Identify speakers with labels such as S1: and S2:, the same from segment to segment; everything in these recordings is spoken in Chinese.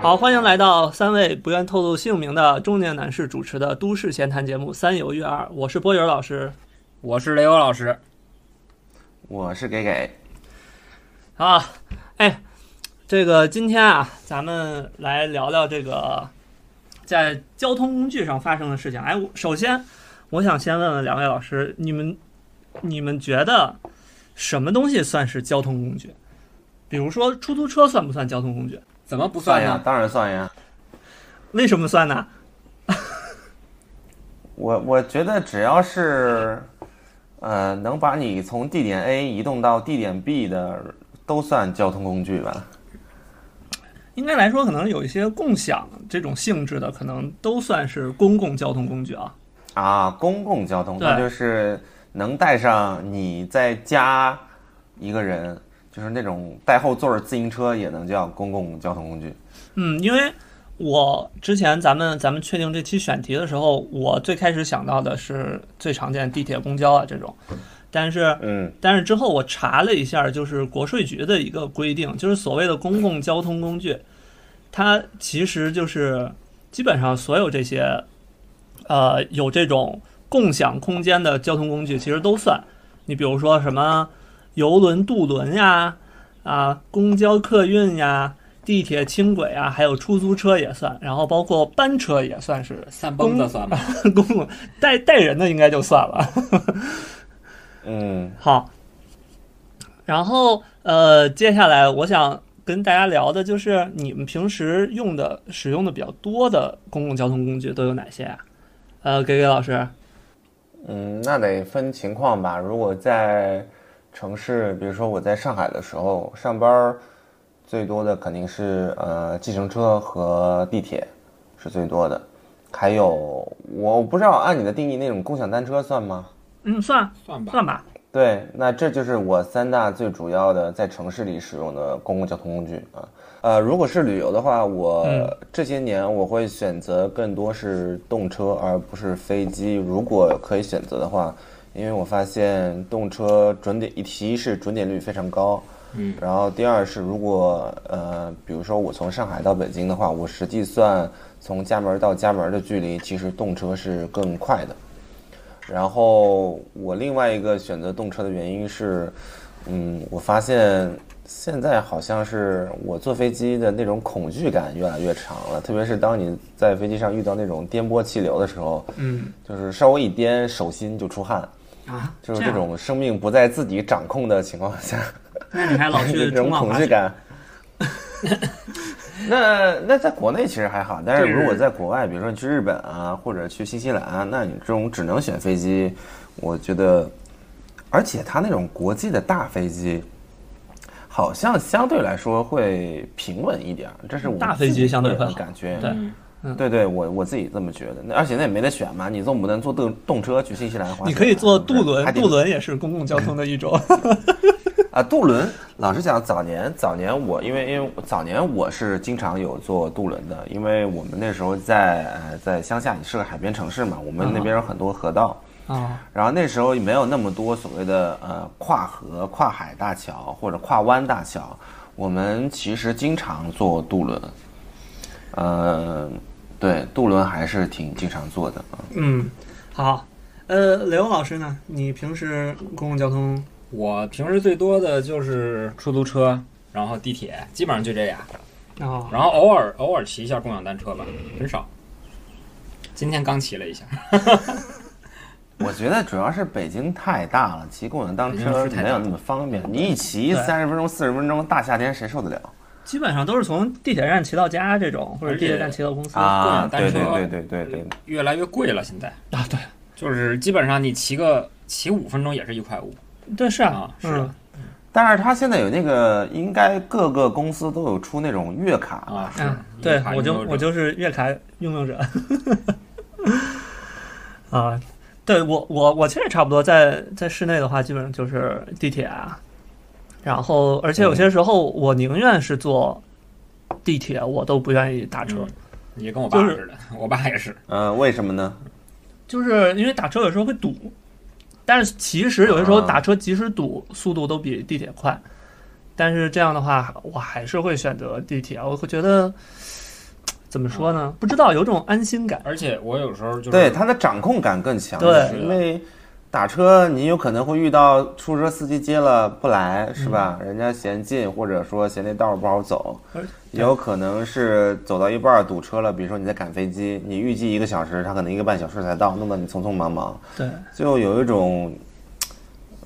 S1: 好，欢迎来到三位不愿透露姓名的中年男士主持的都市闲谈节目《三游月二》，我是波友老师。
S2: 我是雷欧老师，
S3: 我是给给，
S1: 啊，哎，这个今天啊，咱们来聊聊这个在交通工具上发生的事情。哎，我首先我想先问问两位老师，你们你们觉得什么东西算是交通工具？比如说出租车算不算交通工具？
S2: 怎么不
S3: 算
S2: 算
S3: 呀，
S2: 呢？
S3: 当然算呀。
S1: 为什么算呢？
S3: 我我觉得只要是，呃，能把你从地点 A 移动到地点 B 的，都算交通工具吧。
S1: 应该来说，可能有一些共享这种性质的，可能都算是公共交通工具啊。
S3: 啊，公共交通，
S1: 对
S3: 那就是能带上你再加一个人，就是那种带后座儿自行车也能叫公共交通工具。
S1: 嗯，因为我之前咱们咱们确定这期选题的时候，我最开始想到的是最常见地铁、公交啊这种，但是
S3: 嗯，
S1: 但是之后我查了一下，就是国税局的一个规定，就是所谓的公共交通工具，它其实就是基本上所有这些，呃，有这种共享空间的交通工具，其实都算。你比如说什么游轮、渡轮呀，啊，公交、客运呀，地铁、轻轨啊，还有出租车也算，然后包括班车也算是
S2: 散崩的算吗？
S1: 公共带带人的应该就算了。
S3: 嗯，
S1: 好，然后呃，接下来我想跟大家聊的就是你们平时用的、使用的比较多的公共交通工具都有哪些啊？呃，给给老师，
S3: 嗯，那得分情况吧。如果在城市，比如说我在上海的时候上班儿，最多的肯定是呃计程车和地铁是最多的，还有我不知道按你的定义那种共享单车算吗？
S1: 嗯，算
S2: 算吧。
S1: 算吧，
S3: 对，那这就是我三大最主要的在城市里使用的公共交通工具啊。呃，如果是旅游的话，我、
S1: 嗯
S3: 这些年我会选择更多是动车，而不是飞机。如果可以选择的话，因为我发现动车准点，第一是准点率非常高，
S2: 嗯，
S3: 然后第二是如果呃，比如说我从上海到北京的话，我实际算从家门到家门的距离，其实动车是更快的。然后我另外一个选择动车的原因是，嗯，我发现现在好像是我坐飞机的那种恐惧感越来越强了，特别是当你在飞机上遇到那种颠簸气流的时候，
S1: 嗯
S3: 就是稍微一颠，手心就出汗，
S1: 啊，
S3: 就是
S1: 这
S3: 这
S1: 样，
S3: 种生命不在自己掌控的情况下，
S1: 那你还老
S3: 这
S1: 去
S3: 种
S1: 冲浪
S3: 恐
S1: 滑
S3: 惧
S1: 雪？
S3: 感。 那那在国内其实还好，但是如果在国外，比如说你去日本啊，或者去新西兰啊，那你这种只能选飞机，我觉得，而且它那种国际的大飞机，好像相对来说会平稳一点儿，这是我
S1: 大飞机相对
S3: 自己
S1: 会
S3: 个
S1: 好
S3: 人感觉。
S1: 对嗯
S3: 对对，我我自己这么觉得。那而且那也没得选嘛，你总不能坐动动车去新西兰滑雪吧？
S1: 你可以坐
S3: 是不是
S1: 渡轮，
S3: 还得
S1: 渡轮也是公共交通的一种。
S3: 啊，渡轮，老实讲，早年早年我因为因为早年我是经常有坐渡轮的，因为我们那时候在呃在乡下，也是个海边城市嘛，我们那边有很多河道，
S1: 啊，
S3: 然后那时候也没有那么多所谓的呃跨河、跨海大桥或者跨湾大桥，我们其实经常坐渡轮，呃，对，渡轮还是挺经常坐的啊。
S1: 嗯，好，呃，雷欧老师呢？你平时公共交通
S2: 我平时最多的就是出租车，然后地铁，基本上就这俩，
S1: 啊，
S2: 然后偶尔偶尔骑一下共享单车吧，很少。今天刚骑了一下，
S3: 我觉得主要是北京太大了，骑共享单车没有那么方便。你一骑
S1: 对
S3: 三十分钟、四十分钟，大夏天谁受得了
S1: 基本上都是从地铁站骑到家这种，或者
S2: 而
S1: 地铁
S2: 且
S1: 站骑到公司
S2: 共享单
S3: 啊对
S2: 车
S3: 对对对对对，
S2: 越来越贵了。现在
S1: 啊对。
S2: 就是基本上你骑个骑五分钟也是一块五，
S1: 对，是啊
S2: 啊，是
S1: 嗯，
S3: 但是它现在有那个，应该各个公司都有出那种月卡吧？
S2: 啊，是
S1: 嗯，
S2: 一
S1: 对
S2: 卡，
S1: 我就
S2: 拥有者
S1: 我就是月卡拥有者。 啊，对我我我其实也差不多，在在室内的话，基本上就是地铁啊，然后而
S2: 嗯
S1: 且有些时候我宁愿是坐地铁，我都不愿意打车，
S2: 嗯你跟我爸
S1: 就是
S2: 似的，我爸也是。
S3: 呃，为什么呢？
S1: 就是因为打车有时候会堵，但是其实有些时候
S3: 啊
S1: 打车即使堵，速度都比地铁快。但是这样的话，我还是会选择地铁，我会觉得怎么说呢？不知道有种安心感。
S2: 而且我有时候就是
S3: 对它的掌控感更强，
S1: 对
S3: 因为打车你有可能会遇到出租车司机接了不来，是吧？
S2: 嗯
S3: 人家嫌近，或者说嫌那道儿不好走，
S1: 而
S3: 也有可能是走到一半儿堵车了，比如说你在赶飞机，你预计一个小时，他可能一个半小时才到，弄得你匆匆忙忙，
S1: 对，
S3: 就有一种。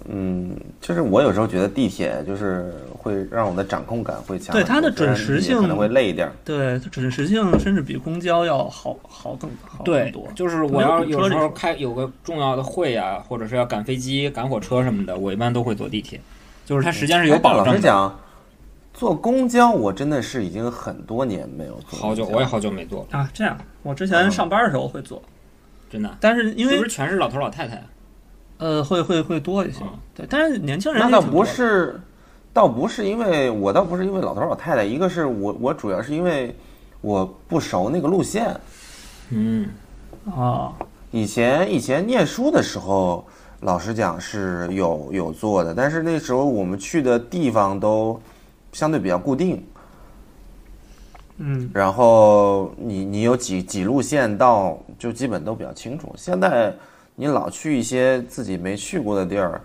S3: 嗯，就是我有时候觉得地铁就是会让我的掌控感会强很多，
S1: 对它的
S3: 虽然
S1: 准时
S3: 也
S1: 性
S3: 可能会累一点儿。
S1: 对，它准时性甚至比公交要好好更好更
S2: 对
S1: 多，。
S2: 就是我要有时候开有个重要的会啊，或者是要赶飞机、赶火车什么的，我一般都会坐地铁，就是它时间是有
S3: 哎但
S2: 保
S3: 老实
S2: 证的。
S3: 讲，坐公交我真的是已经很多年没有坐
S2: 好久
S3: 公交
S2: 我也好久没坐了，
S1: 啊，这样，我之前上班的时候会做，
S2: 真的。
S1: 但是因
S2: 是
S1: 为
S2: 不是全是老头老太太啊？
S1: 呃，会会会多一些
S2: 嗯。
S1: 对，但是年轻人
S3: 那
S1: 也
S3: 倒
S1: 挺
S3: 不
S1: 多的，
S3: 是，倒不是因为我倒不是因为老头儿老太太，一个是我我主要是因为我不熟那个路线。
S2: 嗯，
S1: 啊，
S3: 以前以前念书的时候，老实讲是有有做的，但是那时候我们去的地方都相对比较固定，
S1: 嗯，
S3: 然后你你有几几路线到，就基本都比较清楚。现在你老去一些自己没去过的地儿，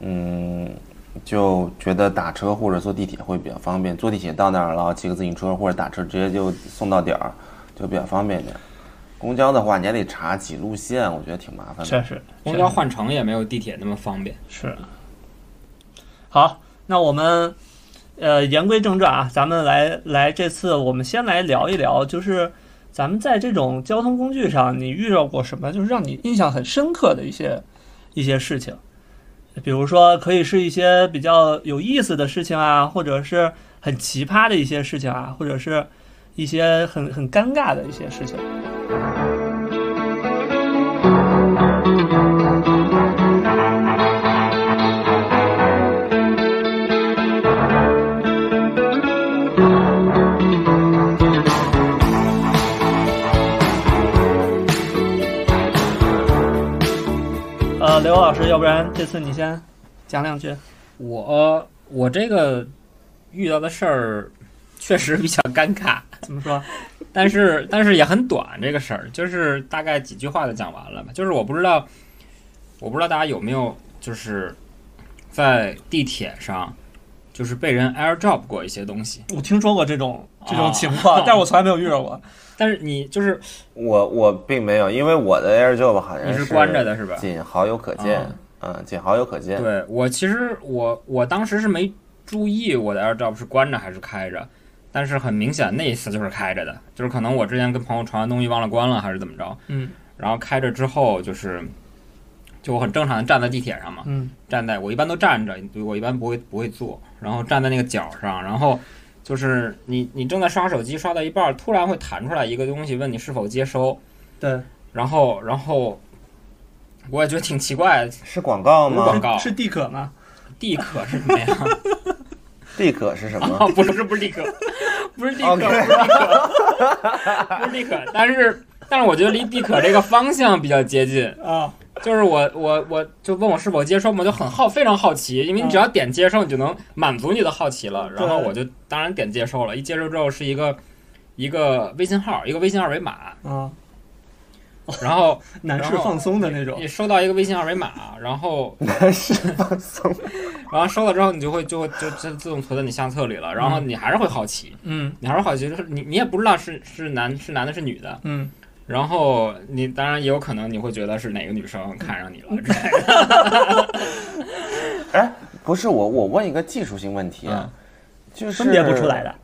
S3: 嗯，就觉得打车或者坐地铁会比较方便。坐地铁到那儿了，骑个自行车或者打车直接就送到点儿，就比较方便一点。公交的话，你还得查几路线，我觉得挺麻烦
S1: 确
S3: 的。
S1: 实，
S2: 公
S1: 确
S2: 交
S1: 实
S2: 换乘也没有地铁那么方便。
S1: 是。好，那我们呃言归正传啊，咱们来来这次我们先来聊一聊，就是咱们在这种交通工具上，你遇到过什么就是让你印象很深刻的一些一些事情，比如说可以是一些比较有意思的事情啊，或者是很奇葩的一些事情啊，或者是一些很很尴尬的一些事情。呃，刘老师，要不然这次你先讲两句。
S2: 我我这个遇到的事儿确实比较尴尬，
S1: 怎么说？
S2: 但是但是也很短，这个事儿就是大概几句话就讲完了吧。就是我不知道，我不知道大家有没有就是在地铁上，就是被人 airdrop 过一些东西。
S1: 我听说过这种这种
S2: 啊
S1: 情况，但是我从来没有遇到过。
S2: 但是你就是
S3: 我我并没有，因为我的 AirDrop 好像
S1: 呃
S2: 你是关着的是吧
S3: 仅好友可见，嗯，仅好友可见。
S2: 对我其实我我当时是没注意我的 AirDrop 是关着还是开着，但是很明显那一次就是开着的，就是可能我之前跟朋友传完东西忘了关了还是怎么着，
S1: 嗯
S2: 然后开着之后就是就我很正常的站在地铁上嘛，
S1: 嗯
S2: 站在我一般都站着，我一般不会不会坐，然后站在那个角上，然后就是你你正在刷手机刷到一半儿，突然会弹出来一个东西问你是否接收，，
S1: 对，
S2: 然后然后我也觉得挺奇怪，
S3: 是广告
S2: 如果
S3: 吗
S2: 广？告
S1: 是地可吗？
S2: 地可是什么呀？
S3: 立可是什么？
S2: 哦，不是不是立刻，不是立刻，不
S3: OK
S2: 是立刻，不是立刻。但是但是，我觉得离地可这个方向比较接近。
S1: 啊，
S2: 就是我我我就问我是否接收嘛，我就很好非常好奇，因为你只要点接收，你就能满足你的好奇了。然后
S1: 对
S2: 我就当然点接收了，一接收之后是一个一个微信号，一个微信二维码，
S1: 啊，
S2: 然后
S1: 男士
S2: 然后
S1: 放松的那种
S2: 你收到一个微信二维码，然后
S3: 男士放松。
S2: 然后收了之后，你就会就会就自自动存在你相册里了，然后你还是会好奇。
S1: 嗯
S2: 你还是好奇，就是你你也不知道是是男是男的是女的，
S1: 嗯，
S2: 然后你当然也有可能你会觉得是哪个女生看上你了之类的。
S3: 哎， 不是我，我问一个技术性问题
S1: 嗯
S3: 啊，就是
S1: 分别不出来。的。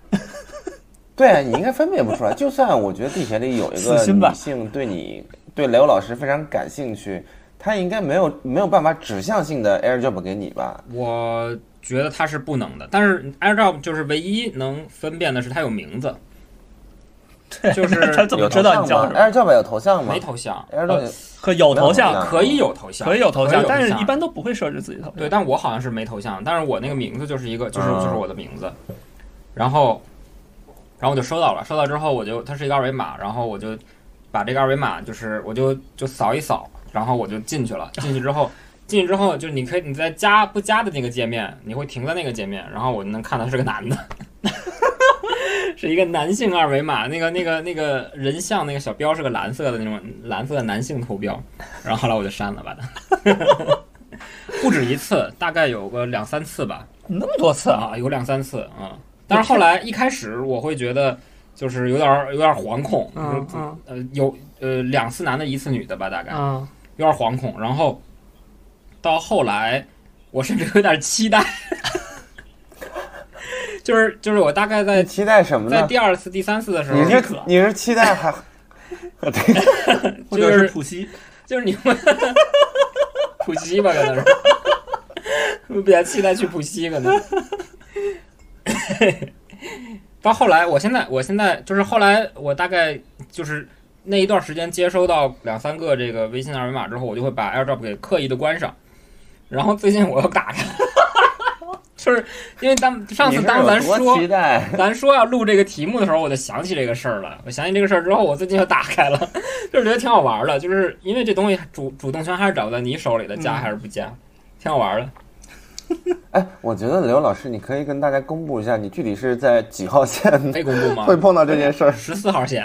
S3: 对，啊你应该分辨不出来。就算我觉得地铁里有一
S1: 死
S3: 个
S1: 心吧
S3: 女性对你对刘老师非常感兴趣，她应该没有没有办法指向性的 AirDrop 给你吧？
S2: 我觉得他是不能的，但是 AirDrop 就是唯一能分辨的是他有名字，就是
S1: 他怎么
S3: 有
S1: 知
S3: 头
S1: 道你
S3: 像
S1: 叫
S3: 吗
S1: 什么？呃
S3: ？AirDrop 有头像吗
S2: 没头像，
S3: ？AirDrop
S1: 可有头
S3: 没有头
S1: 像，
S3: 像
S2: 可以有头像，
S1: 可以有头像，
S2: 可以
S1: 但是一般都不会设置自己头
S2: 对，
S1: 像。
S2: 但我好像是没头像，但是我那个名字就是一个，就是
S3: 啊
S2: 就是我的名字，然后，然后我就收到了，收到之后我就它是一个二维码，然后我就把这个二维码就是我就就扫一扫，然后我就进去了，进去之后。进去之后，就是你可以你在加不加的那个界面，你会停在那个界面，然后我就能看到他是个男的， 是一个男性二维码，那个那个那个人像那个小标是个蓝色的那种蓝色的男性头标，然后后来我就删了，把它。 不止一次，大概有个两三次吧，
S1: 那么多次啊！
S2: 啊，有两三次啊、嗯。但是后来一开始我会觉得就是有点儿有点儿惶恐，
S1: 嗯嗯
S2: 呃，有呃两次男的，一次女的吧，大概
S1: 嗯，
S2: 有点儿惶恐。然后到后来，我甚至有点儿期待， 就是就是我大概在
S3: 你期待什么
S2: 在
S3: 呢？
S2: 第二次、第三次的时候
S3: 你，是
S1: 认可
S3: 你是期待还？
S1: 或
S2: 就
S1: 者
S2: 是
S1: 是普希，
S2: 就是你 们普西吧，可能是，我比较期待去普西，可能。 到后来，我现在，我现在就是后来，我大概就是那一段时间接收到两三个这个微信二维码之后，我就会把 AirDrop 给刻意的关上。然后最近我又打开， 就是因为当上
S3: 你
S2: 次
S3: 是
S2: 当咱
S3: 有多
S2: 说
S3: 期待，
S2: 咱说要录这个题目的时候，我就想起这个事儿了。我想起这个事儿之后，我最近又打开了， 就是觉得挺好玩儿的。就是因为这东西主主动权还是掌握在你手里的，加还是不加，挺好玩儿的。
S3: 哎，我觉得刘老师，你可以跟大家公布一下，你具体是在几号线
S2: 可以公布
S1: 啊
S2: 吗
S3: 会？碰到这件事儿？
S2: 十四号线。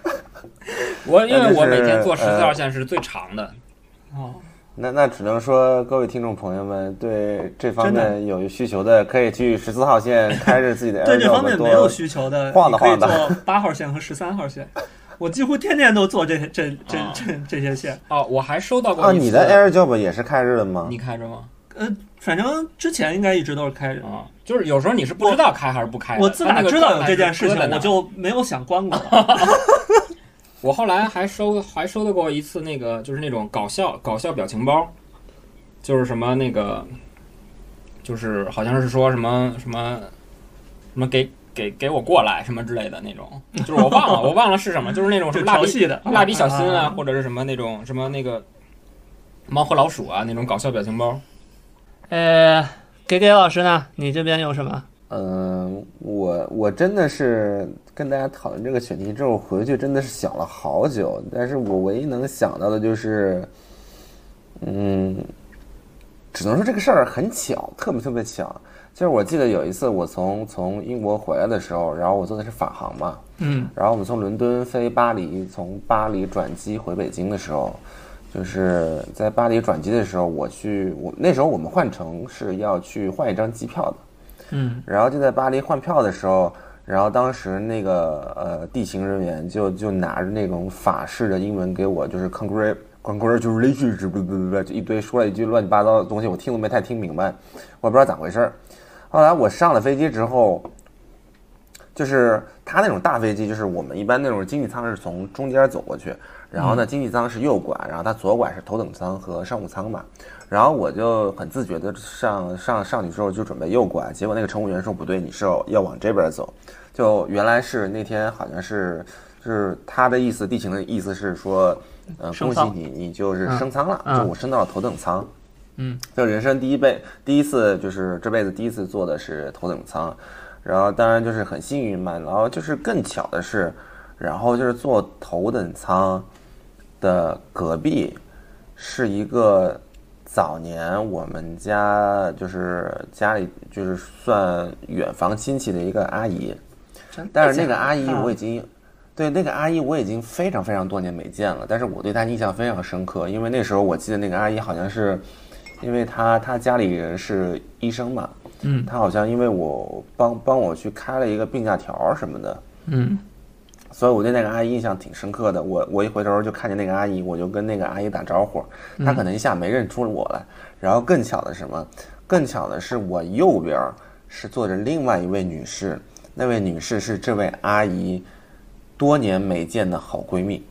S2: 我因为我每天坐十
S3: 呃
S2: 四号线是最长的，
S1: 哦，
S3: 那那只能说，各位听众朋友们，对这方
S1: 真的
S3: 面有需求的，可以去十四号线开着自己的
S1: 对这方
S3: AirDrop
S1: 面没有
S3: 哎多。
S1: 需求的，
S3: 晃
S1: 你
S3: 的
S1: 可以
S3: 晃的
S1: 坐八号线和十三号线。我几乎天天都坐这这这
S2: 啊
S1: 这这些线，
S2: 哦，我还收到
S3: 啊，
S2: 过一次
S3: 你的 AirDrop 也是开着的吗
S2: 你？开着吗？
S1: 呃，反正之前应该一直都是开着。
S2: 啊、就是有时候你是不知道开还是不开的。
S1: 我自
S2: 它
S1: 打
S2: 那个
S1: 知道
S2: 状
S1: 有
S2: 态
S1: 这
S2: 是
S1: 件事
S2: 搁
S1: 情
S2: 在，那
S1: 我
S2: 儿
S1: 就没有想关过。
S2: 我后来还收还收到过一次那个，就是那种搞笑搞笑表情包，就是什么那个，就是好像是说什么什么什么给给给我过来什么之类的那种，就是我忘 了我忘了是什么，就是那种什
S1: 就
S2: 么蜡
S1: 调
S2: 笔
S1: 戏的
S2: 蜡笔小新
S1: 啊
S2: 啊，或者是什么那种什么那个猫和老鼠啊那种搞笑表情包。
S1: 呃，给给老师呢？你这边有什么？
S3: 嗯，我我真的是跟大家讨论这个选题之后，回去真的是想了好久，但是我唯一能想到的就是，嗯，只能说这个事儿很巧，特别特别巧。就是我记得有一次我从从英国回来的时候，然后我坐的是法航嘛，
S1: 嗯
S3: 然后我们从伦敦飞巴黎，从巴黎转机回北京的时候，就是在巴黎转机的时候，我去我那时候我们换乘是要去换一张机票的。
S1: 嗯
S3: 然后就在巴黎换票的时候，然后当时那个呃地勤人员就就拿着那种法式的英文给我，就是 congrat congratulations 不不不不，就一堆说了一句乱七八糟的东西，我听都没太听明白，我也不知道咋回事儿。后来我上了飞机之后，就是他那种大飞机，就是我们一般那种经济舱是从中间走过去，然
S1: 嗯
S3: 后呢经济舱是右拐，然后它左拐是头等舱和商务舱嘛。然后我就很自觉的上上上去之后就准备右拐，结果那个乘务员说不对，你是要要往这边走。就原来是那天好像是就是他的意思，地勤的意思是说，呃，
S1: 升
S3: 恭喜
S1: 舱
S3: 你，你就是升舱了，
S1: 嗯
S3: 就我升到了头等舱。
S1: 嗯，
S3: 就人生第一辈第一次就是这辈子第一次坐的是头等舱，然后当然就是很幸运嘛，然后就是更巧的是，然后就是坐头等舱的隔壁是一个早年我们家就是家里就是算远房亲戚的一个阿姨，但是那个阿姨
S1: 嗯
S3: 我已经，对那个阿姨我已经非常非常多年没见了，但是我对她印象非常深刻，因为那时候我记得那个阿姨好像是，因为她她家里人是医生嘛，
S1: 嗯
S3: 她好像因为我帮帮我去开了一个病假条儿什么的，
S1: 嗯
S3: 所以我对那个阿姨印象挺深刻的。我我一回头就看见那个阿姨，我就跟那个阿姨打招呼，
S1: 嗯
S3: 她可能一下没认出我来。然后更巧的是什么？更巧的是我右边儿是坐着另外一位女士，那位女士是这位阿姨多年没见的好闺蜜。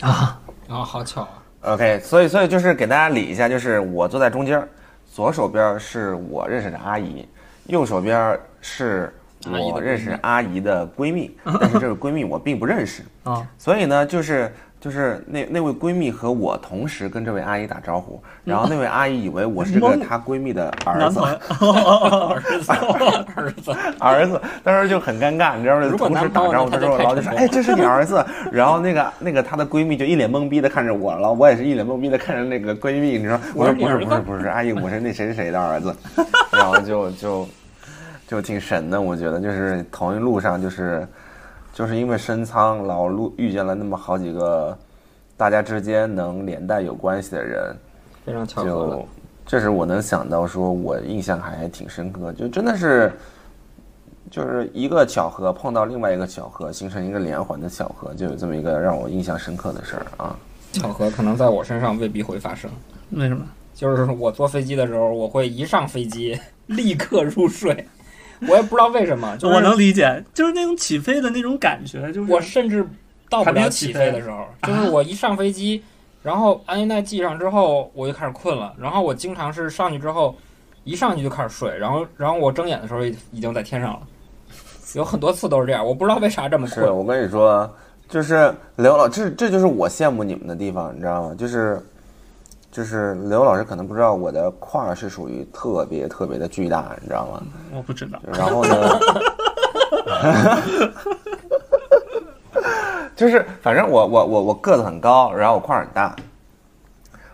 S1: 啊，
S2: 啊、好巧啊！
S3: OK，所以所以就是给大家理一下，就是我坐在中间儿，左手边儿是我认识的阿姨，右手边儿是
S2: 阿姨的
S3: 我
S2: 闺
S3: 认识阿姨的 闺蜜，但是这个闺蜜我并不认识。
S1: 哦，
S3: 所以呢，就是就是那那位闺蜜和我同时跟这位阿姨打招呼，然后那位阿姨以为我是个
S1: 嗯懵
S3: 她闺蜜的儿
S1: 男
S3: 子
S1: 朋，友，
S2: 儿子， 儿子，
S3: 儿子当时就很尴尬，你知道吗？
S2: 如果
S3: 同时
S2: 男朋
S3: 打
S2: 友
S3: 招呼
S2: 那
S3: 的时
S2: 她就
S3: 候，
S2: 太
S3: 然后就说：“
S2: 成功
S3: 哎，这是你儿子。” 然后那个那个她的闺蜜就一脸懵逼的看着我，然后我也是一脸懵逼的看着那个闺蜜，你知道？我
S2: 我
S3: 说
S2: 是
S3: 不是不
S2: 你儿子
S3: 是不是，阿姨，我是那谁谁谁的儿子。然后就就 就挺神的，我觉得就是同一路上就是就是因为深仓老路遇见了那么好几个大家之间能连带有关系的人，
S2: 非常巧合了
S3: 就。这是我能想到，说我印象还挺深刻，就真的是就是一个巧合碰到另外一个巧合，形成一个连环的巧合，就有这么一个让我印象深刻的事儿啊。
S2: 巧合可能在我身上未必会发生。
S1: 为什么？
S2: 就是我坐飞机的时候，我会一上飞机立刻入睡，我也不知道为什么。就是
S1: 我能理解，就是那种起飞的那种感觉，就是
S2: 我甚至到不
S1: 还没
S2: 了
S1: 有
S2: 起
S1: 起飞
S2: 飞的时候，就是我一上飞机，然后安全带系上之后，我就开始困了。然后我经常是上去之后，一上去就开始睡，然后然后我睁眼的时候已已经在天上了。有很多次都是这样，我不知道为啥这么
S3: 是
S2: 困。
S3: 我跟你说，就是刘老，这这就是我羡慕你们的地方，你知道吗？就是就是刘老师可能不知道我的块儿是属于特别特别的巨大，你知道吗？
S1: 我不知道。
S3: 然后呢，就是反正我我我我个子很高，然后我块儿很大。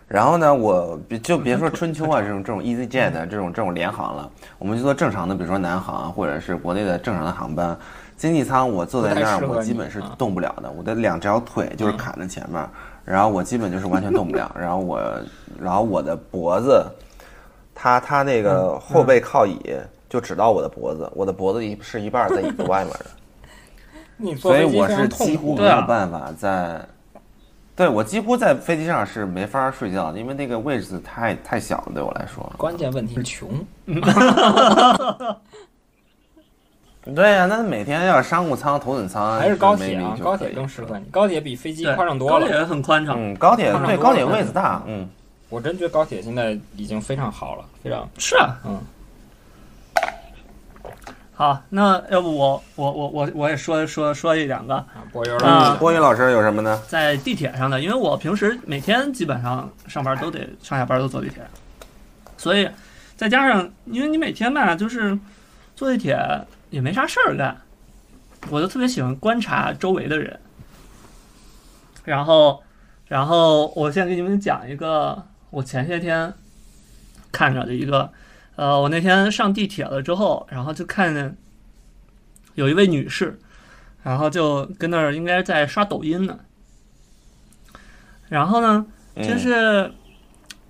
S3: 然后呢，我别就别说春秋啊这种这种 EasyJet 的这种这种联航了，我们就说正常的，比如说南航啊或者是国内的正常的航班，经济舱我坐在那
S2: 不太适
S3: 儿，
S2: 合
S3: 我基
S2: 你
S3: 本是
S2: 啊嗯
S3: 动不了的，我的两条腿就是卡在前面儿，然后我基本就是完全动不了， 然后我然后我的脖子他他那
S2: 嗯
S3: 个后背靠椅就只到我的脖子，我的脖子一是一半在椅子 外面的，
S2: 你坐
S3: 所以
S2: 飞机
S3: 我
S2: 非
S3: 是
S2: 常痛
S3: 几乎
S2: 苦，啊
S3: 没有办法在，对我几乎在飞机上是没法睡觉的，因为那个位置太太小了，对我来说。
S2: 关键问题
S3: 嗯
S2: 是穷，
S3: 对呀、那每天要是商务舱、头等舱
S2: 还是高铁
S3: 没
S2: 啊
S3: 力？就
S2: 高
S3: 可
S2: 铁
S3: 以
S2: 更适合你，高铁比飞机
S1: 对，
S2: 宽敞多
S1: 高
S2: 了。
S1: 铁很宽敞，
S3: 嗯，高铁
S2: 宽敞
S3: 对
S2: 多了
S3: 高铁位子大，嗯，
S2: 我真觉得高铁现在已经非常好了，非常
S1: 是啊，
S2: 嗯。
S1: 好，那要不我我我我我也说说说一两个
S2: 啊，柏油儿
S1: 啊
S3: 嗯郭宇老师有什么呢？
S1: 在地铁上的，因为我平时每天基本上上班都得上下班都坐地铁，所以再加上因为你每天吧，就是坐地铁也没啥事儿干，我就特别喜欢观察周围的人。然后，然后我现在给你们讲一个我前些天看着的一个，呃，我那天上地铁了之后，然后就看见有一位女士，然后就跟那儿应该在刷抖音呢。然后呢，就
S3: 嗯
S1: 是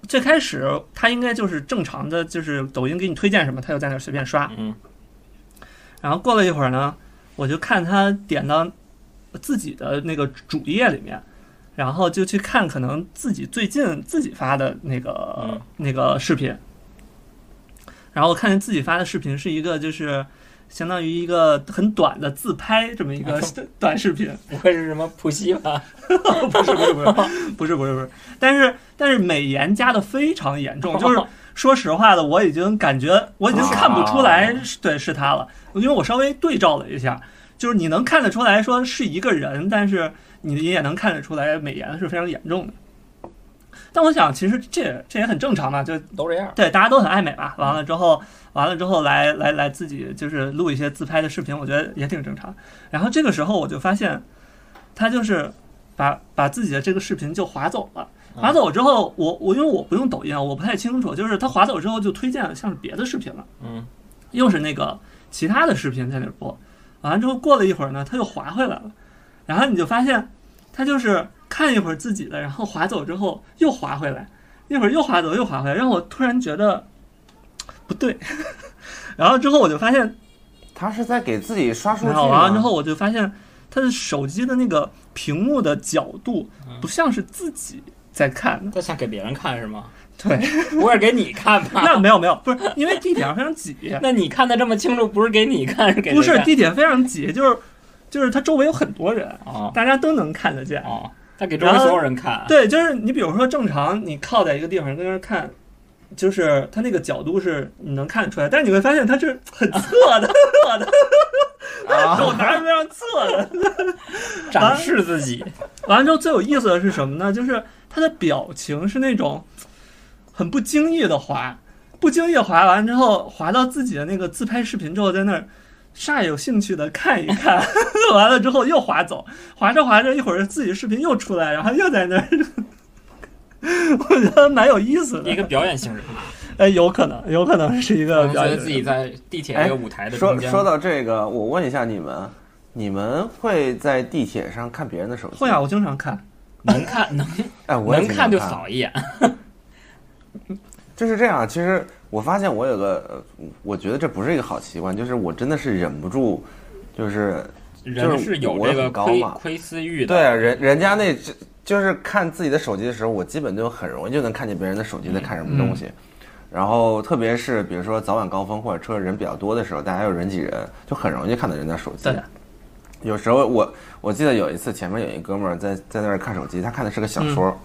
S1: 最开始她应该就是正常的，就是抖音给你推荐什么，她就在那儿随便刷。
S2: 嗯。
S1: 然后过了一会儿呢，我就看她点到自己的那个主页里面，然后就去看可能自己最近自己发的那个、
S2: 嗯
S1: 那个视频。然后我看见自己发的视频是一个就是相当于一个很短的自拍这么一个短视频，
S2: 不会是什么普希吧？
S1: 不是不是不是不是不是不是，但是但是美颜加的非常严重，就是说实话的，我已经感觉我已经看不出来是，对，是他了，因为我稍微对照了一下，就是你能看得出来说是一个人，但是你也能看得出来美颜是非常严重的。但我想，其实这这也很正常嘛，就
S2: 都这样。
S1: 对，大家都很爱美嘛。完了之后，完了之后来来来自己就是录一些自拍的视频，我觉得也挺正常。然后这个时候我就发现，他就是把把自己的这个视频就划走了。
S2: 嗯
S1: 划走之后，我我因为我不用抖音啊，我不太清楚，就是他划走之后就推荐像是别的视频了，
S2: 嗯，
S1: 又是那个其他的视频在那儿播。完了之后过了一会儿呢，他又划回来了，然后你就发现他就是看一会儿自己的，然后划走之后又划回来，一会儿又划走又划回来，让我突然觉得不对。 然后之后我就发现，
S3: 他是在给自己刷数据啊
S1: 然后完
S3: 吗
S1: 了之后我就发现他的手机的那个屏幕的角度不像是自己在看的，
S2: 他想给别人看是吗？
S1: 对，
S2: 不会是给你看 吧？
S1: 那没有没有，不是因为地铁上非常 挤，
S2: 那你看的这么清楚，不是给你看，是给谁
S1: 不是
S2: 看
S1: 地铁非常挤，就是就是它周围有很多人，
S2: 哦
S1: 大家都能看得见。
S2: 哦，他给周围所有人看。
S1: 对，就是你比如说正常你靠在一个地方跟那儿看，就是它那个角度是你能看出来，但是你会发现它是很侧的， 侧的， 手拿着非常侧的。
S2: 展示自己，
S1: 完了之后最有意思的是什么呢？就是他的表情是那种很不经意的滑，不经意地滑完之后，滑到自己的那个自拍视频之后，在那儿煞有兴趣的看一看， 完了之后又滑走，滑着滑着一会儿自己视频又出 来，然后又在那儿，我觉得蛮有意思
S2: 一
S1: 的。
S2: 个表演性人。
S1: 哎，有可能，有可能是一个
S2: 觉
S1: 表
S2: 得
S1: 演
S2: 自己
S1: 者。
S2: 在地铁
S3: 哎
S2: 这个舞台的
S3: 说
S2: 中间。
S3: 说到这个，我问一下你们，你们会在地铁上看别人的手机？
S1: 会啊，我经常看。
S2: 能看能
S3: 哎，我也
S2: 能
S3: 经
S2: 看
S3: 常
S2: 就
S3: 看
S2: 扫一眼，
S3: 就是这样，其实我发现我有个，呃我觉得这不是一个好习惯，就是我真的是忍不住，就是
S2: 人是有这
S3: 我
S2: 个
S3: 很高
S2: 窥
S3: 嘛
S2: 窥私欲的。
S3: 对啊，人人家那就就是看自己的手机的时候，我基本就很容易就能看见别人的手
S2: 嗯
S3: 机在看什么东西。然后特别是比如说早晚高峰或者车人比较多的时候，大家又人挤人，就很容易看到人家手机
S1: 对。
S3: 有时候我我记得有一次前面有一哥们儿在在那儿看手机，他看的是个小说，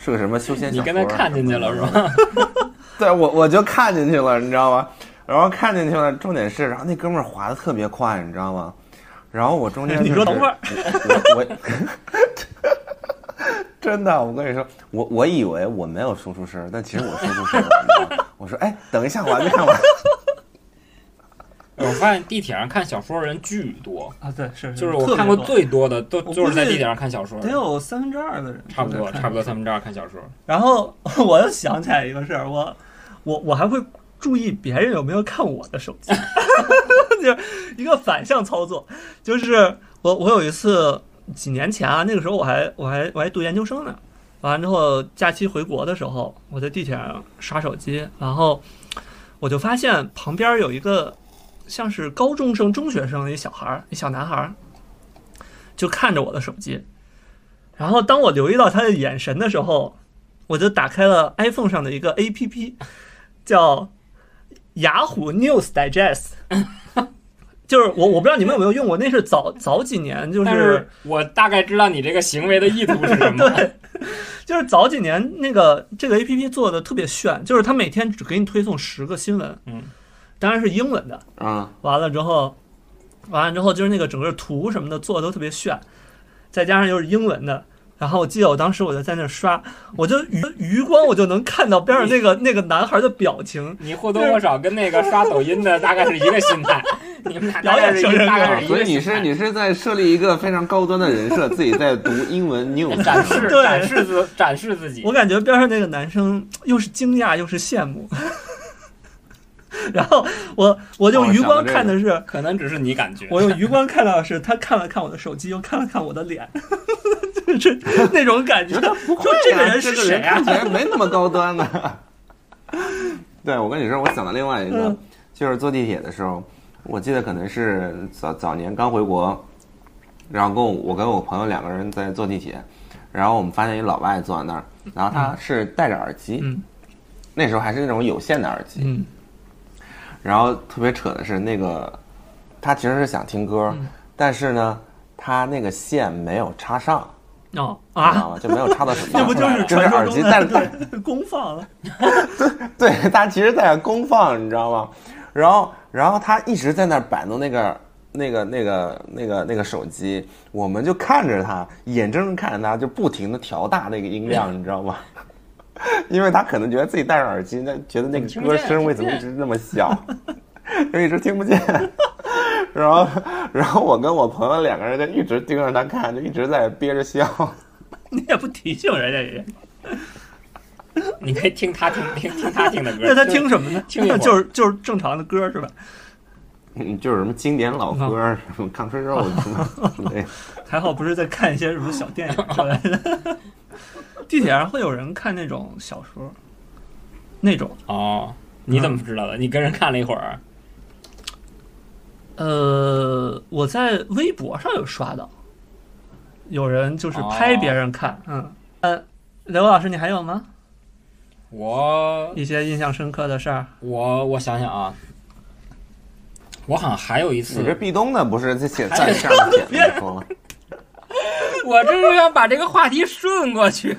S3: 是个什么修仙小
S2: 嗯你
S3: 说。
S2: 跟他看进去了是吧？
S3: 对我我就看进去了，你知道吗？然后看进去了，重点是，然后那哥们儿滑的特别快，你知道吗？然后我中间、就是、
S1: 你说等会儿
S3: 我，我我 真的，我跟你说，我我以为我没有说出声儿，但其实我说出声儿了。你知道吗 我说，哎，等一下，我还没看 完。
S2: 我发现地铁上看小说的人巨多，
S1: 啊，对，是
S2: 就是
S1: 特
S2: 我
S1: 别
S2: 看过
S1: 多
S2: 最多的都
S1: 我
S2: 就是在
S1: 估计
S2: 地铁上看小说的
S1: 得，有三分之二的人
S2: 差不多
S1: 是在看
S2: 差不多三分之二看小说。
S1: 然后我又想起来一个事儿，我我我还会注意别人有没有看我的手机， 就是一个反向操作。就是我我有一次几年前啊，那个时候我还我还我还读研究生呢，完了之后假期回国的时候，我在地铁上刷手机，然后我就发现旁边有一个像是高中生、中学生的一小孩儿，一小男孩儿，就看着我的手机。然后当我留意到他的眼神的时候，我就打开了 iPhone 上的一个 APP，叫雅虎 News Digest。就是我我不知道你们有没有用过，那是早早几年，就
S2: 但
S1: 是
S2: 是我大概知道你这个行为的意图是什么。
S1: 就是早几年那个这个 A P P 做的特别炫，就是它每天只给你推送十个新闻，
S2: 嗯，
S1: 当然是英文的。
S3: 啊、
S1: 完了之后，完了之后就是那个整个图什么的做的都特别炫，再加上又是英文的。然后我记得我当时我就在那刷，我就余余光我就能看到边上那个那个男孩的表情，
S2: 你或多或少跟那个刷抖音的大概是一个心态，你们俩大概是一
S1: 表演成
S2: 个
S1: 人
S2: 大概
S1: 格
S2: 是一
S3: 所
S2: 个
S3: 以你
S2: 心
S3: 是
S2: 态。
S3: 你是在设立一个非常高端的人设，自己在读英文 news，
S2: 展示
S1: 对
S2: 展示自展示自己
S1: 我，感觉边上那个男生又是惊讶又是羡慕。 然后我我就
S3: 哦
S1: 余
S3: 想
S1: 光
S3: 到这
S1: 看的是，
S2: 可能只是你感 觉。
S1: 我用余光看到的是他看了看我的手机，又看了看我的脸， 就是那种感觉。
S3: 不会
S1: 说这个
S3: 啊
S1: 人
S3: 这
S1: 是
S3: 个
S1: 谁
S3: 人
S1: 啊
S3: 看起来没那么高端呢、 对，我跟你说，我想到另外一个
S1: 嗯，
S3: 就是坐地铁的时候，我记得可能是早早年刚回国，然后跟我我跟我朋友两个人在坐地铁，然后我们发现一老外坐在那儿，然后他是戴着耳机，
S1: 嗯
S3: 那时候还是那种有线的耳机，
S1: 嗯
S3: 然后特别扯的是，那个他其实是想听歌，
S1: 嗯
S3: 但是呢，他那个线没有插上，
S1: 哦
S3: 你知道
S1: 啊，
S3: 吗？就没有插到手 机
S1: 那
S3: 上
S1: 不
S3: 来，
S1: 就是
S3: 就是
S1: 传
S3: 耳
S1: 说
S3: 机
S1: 中
S3: 戴
S1: 的
S3: 戴
S1: 对公放了？
S3: 对他其实在那公放，你知道吗？然后，然后他一直在那儿摆弄那个、那个、那个、那个、那个手机，我们就看着他，眼睁睁看着他，就不停的调大那个音量，你知道吗？ 因为他可能觉得自己戴上耳机，那觉得那个
S2: 听不
S3: 歌声
S2: 见听
S3: 为
S2: 不
S3: 什么一
S2: 见
S3: 直那么小，就一直听不见。 然后，然后我跟我朋友两个人就一直盯着他看，就一直在憋着笑。
S1: 你也不提醒人家也，
S2: 你可以听他听听听他听的歌，
S1: 那他
S2: 就
S1: 听什么呢？
S2: 听一会儿
S1: 就是就是正常的歌是吧？
S3: 嗯，就是什么经典老歌儿，什么《抗春肉》什么的。
S1: 还好不是在看一些什么小电影之 类的。地铁上会有人看那种小说，那种
S2: 哦，你怎么
S1: 嗯
S2: 知道的？你跟人看了一会儿，
S1: 呃，我在微博上有刷到，有人就是拍别人看，嗯，呃，刘老师，你还有吗？
S2: 我
S1: 一些印象深刻的事儿？
S2: 我我想想啊，我好像还有一次
S3: 你，这壁咚的不是在写在下面写的说吗？
S2: 我这是要把这个话题顺过去。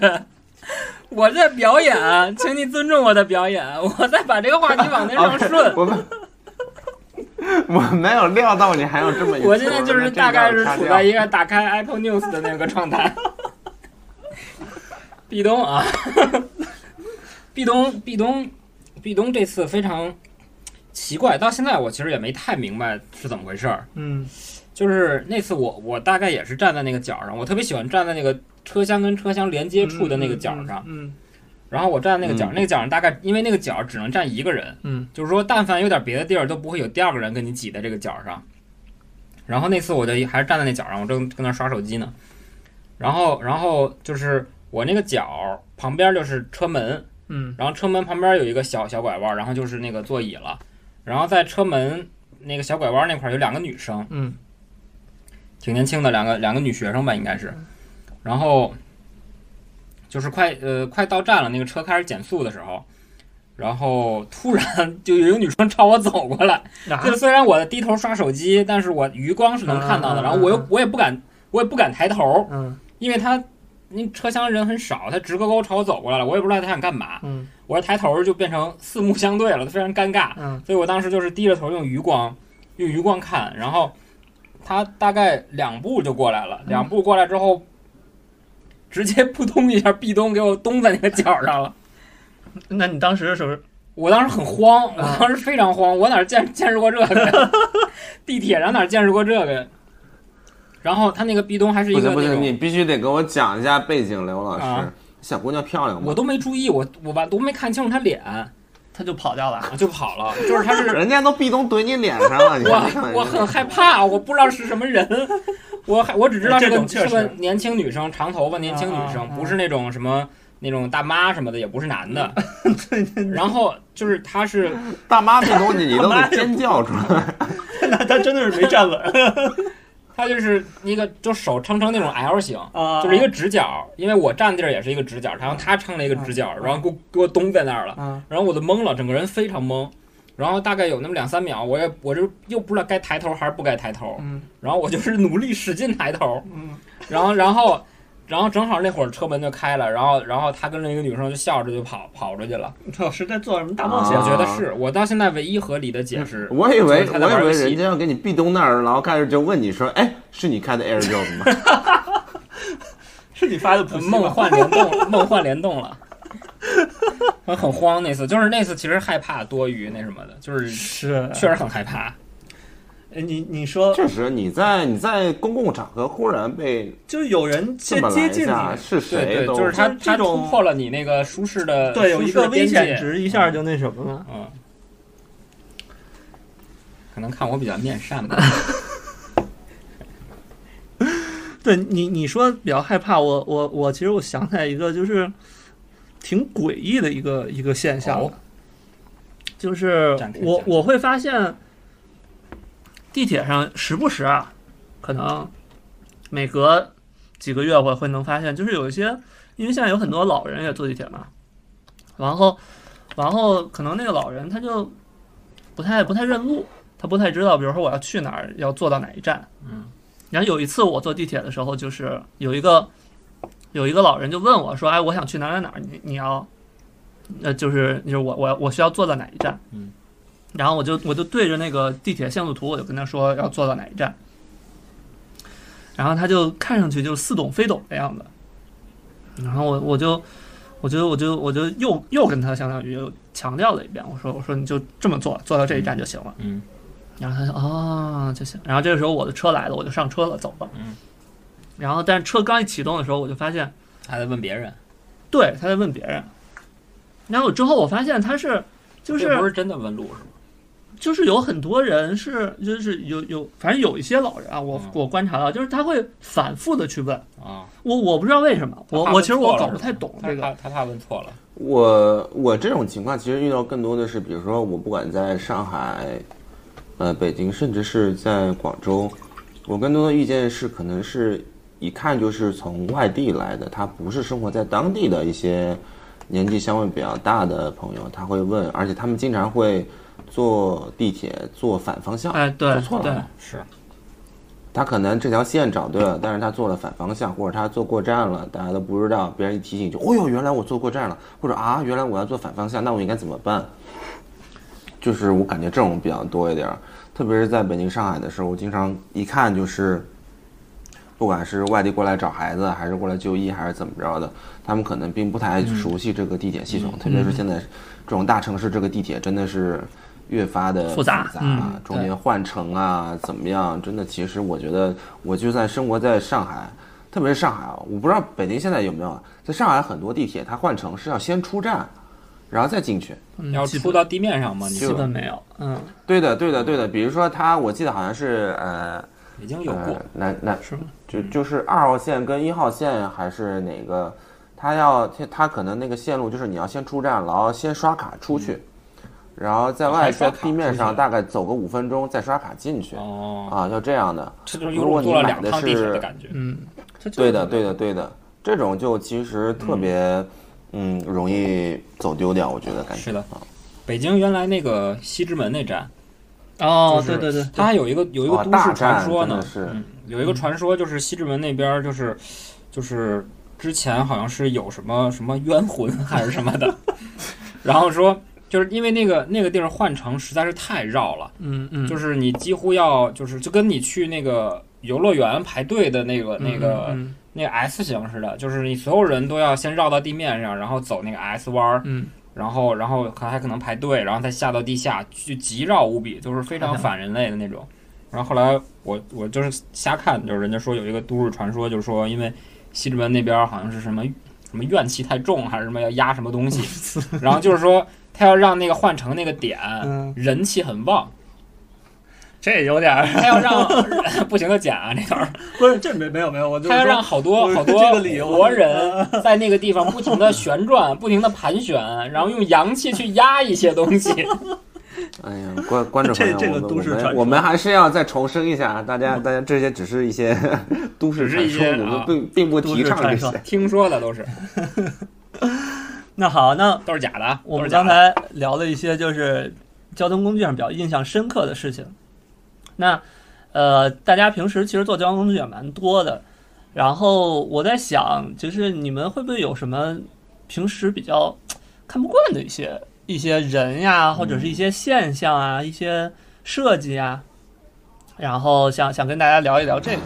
S2: 我在表演，请你尊重我的表演。我再把这个话题往那 上顺。
S3: 啊我们我没有料到你还有这么一出。
S2: 我现在就是大概是处在一
S3: 个
S2: 个打开 Apple News 的那个状态。 壁咚啊，壁咚，壁咚，壁咚，这次非常奇怪，到现在我其实也没太明白是怎么回事儿。
S1: 嗯
S2: 就是那次我我大概也是站在那个角上，我特别喜欢站在那个车厢跟车厢连接处的那个角上，
S1: 嗯，嗯
S2: 然后我站在那个角，
S3: 嗯
S2: 那个角上大概因为那个角只能站一个人，
S1: 嗯，
S2: 就是说但凡有点别的地儿都不会有第二个人跟你挤在这个角上。然后那次我就还是站在那角上，我正跟那刷手机呢。然后，然后就是我那个角旁边就是车门，
S1: 嗯
S2: 然后车门旁边有一个小小拐弯，然后就是那个座椅了。然后在车门那个小拐弯那块儿有两个女生，
S1: 嗯
S2: 挺年轻的两个两个女学生吧，应该是。
S1: 嗯
S2: 然后就是快呃快到站了，那个车开始减速的时候，然后突然就有一个女生朝我走过来。
S1: 啊
S2: 就是虽然我低头刷手机，但是我余光是能看到的，
S1: 嗯
S2: 然后我又我也不敢我也不敢抬头，
S1: 嗯
S2: 因为她那车厢人很少，她直勾勾朝我走过来了，我也不知道她想干嘛。
S1: 嗯
S2: 我这抬头就变成四目相对了，非常尴尬。
S1: 嗯
S2: 所以我当时就是低着头用余光，用余光看，然后他大概两步就过来了，
S3: 嗯
S2: 两步过来之后，直接扑通一下壁咚给我咚在那个角上了。
S1: 那你当时的时候，
S2: 我当时很慌，
S3: 啊
S2: 我当时非常慌，我哪见 见识过这个？地铁上哪见识过这个？然后他那个壁咚还是一
S3: 不
S2: 个那
S3: 行不
S2: 种
S3: 行，你必须得给我讲一下背景，刘老师。
S2: 啊
S3: 小姑娘漂亮吗？
S2: 我都没注意，我我吧都没看清楚他脸，啊
S1: 他就跑掉了。
S2: 就跑了。就是他是
S3: 人家都壁咚怼你脸上了，你看
S2: 我我很害怕，我不知道是什么人，我还我只知道是
S1: 哎这
S2: 个
S1: 种确
S2: 是
S1: 实
S2: 个年轻女生，长头发年轻女生
S1: 啊啊，啊
S2: 不是那种什么那种大妈什么的，也不是男的。 然后就是他是
S3: 大妈壁咚你，你都得尖叫出来。
S1: 那他真的是没站稳
S2: 他就是一个就手撑成那种 L 型，
S1: 啊，
S2: 就是一个直角，因为我站地儿也是一个直角，然后他撑了一个直角，然后给我给我咚在那儿了，
S1: 啊
S2: 然后我就懵了，整个人非常懵。然后大概有那么两三秒，我也我就又不知道该抬头还是不该抬头，
S1: 嗯
S2: 然后我就是努力使劲抬头，
S1: 嗯
S2: 然后然后然后正好那会儿车门就开了，然后然后他跟另一个女生就笑着就跑跑出去了。
S1: 老师在做什么大冒
S3: 冒
S1: 险啊
S3: 险？
S2: 我觉得是我到现在唯一合理的解释。
S3: 啊我以为
S2: 就是
S3: 我
S2: 他在玩
S3: 以
S2: 游
S3: 为
S2: 戏
S3: 人家要给你壁咚那儿，然后开始就问你说：“哎，是你开的 AirDrop 吗
S1: 是你发的普
S2: 呃
S1: 信
S2: 梦
S1: 吗？
S2: 幻联动，梦幻联动了。 我很慌那次，就是那次其实害怕多于那什么的，就是
S1: 是，
S2: 确实很害怕。
S1: 哎你你？”说
S3: 确实，你在你在公共场合忽然被
S1: 就是有人
S3: 这
S1: 接
S3: 么来
S1: 接
S3: 一
S1: 近
S3: 下，
S1: 你，
S3: 是
S2: 对
S3: 谁
S2: 对，
S3: 都
S2: 就是他
S1: 就是
S2: 他
S1: 这种
S2: 突破了你那个舒适的
S1: 对，有
S2: 舒
S1: 一
S2: 适的
S1: 个危
S2: 边界啊
S1: 险值一下就那什么了。
S2: 嗯，可能看我比较面善吧。
S1: 对你你说比较害怕，我我我其实我想起来一个就是挺诡异的一个一个现象，
S2: 哦
S1: 就是
S2: 展开
S1: 我
S2: 讲
S1: 我会发现地铁上时不时啊，可能每隔几个月我会能发现，就是有一些，因为现在有很多老人也坐地铁嘛，然后然后可能那个老人他就不太不太认路，他不太知道，比如说我要去哪儿，要坐到哪一站，
S2: 嗯，
S1: 然后有一次我坐地铁的时候，就是有一个有一个老人就问我说：“哎，我想去哪儿哪儿哪儿，你你要，呃，就是就是我我我需要坐到哪一站？”
S2: 嗯，
S1: 然后我就我就对着那个地铁线路图，我就跟他说要坐到哪一站。然后他就看上去就似懂非懂的样子，然后我我就我就我就我就又又跟他相当于又强调了一遍，我说我说你就这么坐，坐到这一站就行了。
S2: 嗯
S1: 然后他说哦就行。然后这个时候我的车来了，我就上车了，走了。
S2: 嗯。
S1: 然后，但是车刚一启动的时候，我就发现，
S2: 还得问别人，
S1: 对，他在问别人。然后之后我发现他是，就
S2: 这不
S1: 是
S2: 是真的问路是吗？
S1: 就是有很多人是，就是有有，反正有一些老人啊，我
S2: 嗯
S1: 我观察到，就是他会反复的去问
S2: 啊，
S1: 我，我不知道为什么，我
S2: 他怕
S1: 我其实
S2: 问错
S1: 我
S2: 了
S1: 搞
S2: 是
S1: 不
S2: 吗
S1: 太懂
S2: 他
S1: 这个，
S2: 怕他怕问 错了。
S3: 我我这种情况其实遇到更多的是，比如说我不管在上海、呃北京，甚至是在广州，我更多的遇见是可能是一看就是从外地来的，他不是生活在当地的一些年纪相对比较大的朋友，他会问，而且他们经常会坐地铁坐反方向，
S1: 哎，对
S3: 坐错了
S1: 对，
S3: 嘛
S2: 是，
S3: 他可能这条线找对了，但是他做了反方向，或者他坐过站了，大家都不知道。别人一提醒就，哦哟，原来我坐过站了，或者啊，原来我要做反方向，那我应该怎么办？就是我感觉这种比较多一点儿，特别是在北京、上海的时候，我经常一看就是，不管是外地过来找孩子，还是过来就医，还是怎么着的，他们可能并不太熟悉这个地铁系
S1: 嗯
S3: 统，特别是现在这种大城市，这个地铁真的是越发的
S1: 复杂嗯
S3: 中间换乘啊，怎么样？真的，其实我觉得，我就算生活在上海，特别是上海啊，我不知道北京现在有没有啊，在上海很多地铁它换乘是要先出站，然后再进去。
S1: 嗯
S2: 要
S1: 基
S2: 出
S1: 本
S2: 到地面上吗？你
S1: 基
S3: 就
S1: 本没有，嗯，
S3: 对的，对的，对的。比如说它，我记得好像是呃
S2: 已经有
S3: 呃
S2: 过，
S3: 南南
S1: 是吗？
S3: 就就是二号线跟一号线还是哪个，它要它它可能那个线路就是你要先出站，然后先刷卡出去，然后在
S2: 嗯还
S3: 外
S2: 刷
S3: 在
S2: 卡
S3: 地面
S2: 出
S3: 上
S2: 去
S3: 大概走个五分钟再刷卡进
S1: 呃
S3: 去
S2: 哦，
S3: 啊，要这样的。
S2: 这就是
S3: 如
S2: 又
S3: 果你
S2: 坐了
S3: 买
S2: 两
S3: 的
S2: 趟地铁的
S3: 是
S2: 感觉。
S1: 嗯，这就是
S3: 对的，对的，对的，这种就其实特别嗯容易走丢掉，我觉得感觉
S2: 是的
S3: 啊，
S2: 北京原来那个西直门那站，
S1: 哦，
S2: 就是
S1: 对对对，哦
S2: 它还有一个有一个
S3: 哇
S2: 都
S3: 大
S2: 市传
S3: 战
S2: 说
S3: 真
S2: 呢
S3: 的，是
S2: 嗯，有一个传说就是西直门那边儿就是就是之前好像是有什么什么冤魂还是什么的， 然后说就是因为那个那个地儿换乘实在是太绕了，
S1: 嗯嗯，
S2: 就是是你几乎要就是就跟你去那个游乐园排队的那个那个、
S1: 嗯
S2: 那个 S 型似的，就是你所有人都要先绕到地面上，然后走那个 S 弯儿，
S1: 嗯
S2: 然后然后还还可能排队，然后再下到地下，就极绕无比，就是非常反人类的那种。然后后来我我就是瞎看，就是人家说有一个都市传说，就是说因为西直门那边好像是什么什么怨气太重，还是什么要压什么东西，然后就是说他要让那个换乘那个点
S1: 嗯，
S2: 人气很旺，
S1: 这有点儿
S2: 他要让 不行就剪啊这段儿。
S1: 不是这没没有没有，我就
S2: 他
S1: 是
S2: 要
S1: 说
S2: 让好多
S1: 我
S2: 好
S1: 这
S2: 多
S1: 个理由
S2: 活人在那个地方不停的旋 转，不停的盘旋，然后用阳气去压一些 东西。
S3: 哎呀，观观众朋友，
S1: 这这个
S3: 我们
S1: 都市
S3: 我
S1: 传说
S3: 们
S1: 嗯
S3: 我们还是要再重申一下，大家大家这些只是一些 都市
S2: 只是
S3: 传说，
S2: 一些
S3: 我
S2: 啊
S3: 们并并不
S1: 都
S3: 提
S1: 市
S3: 倡这
S1: 传说
S3: 些。
S2: 听说的都是
S1: 那好，那
S2: 都是假的，啊
S1: 我
S2: 都是
S1: 们
S2: 假
S1: 刚
S2: 的。
S1: 才聊了一些就是交通工具上比较印象深刻的事情。那呃，大家平时其实坐交通工具也蛮多的，然后我在想，就是你们会不会有什么平时比较看不惯的一些一些人呀，或者是一些现象啊，一些设计啊，然后想想跟大家聊一聊这个。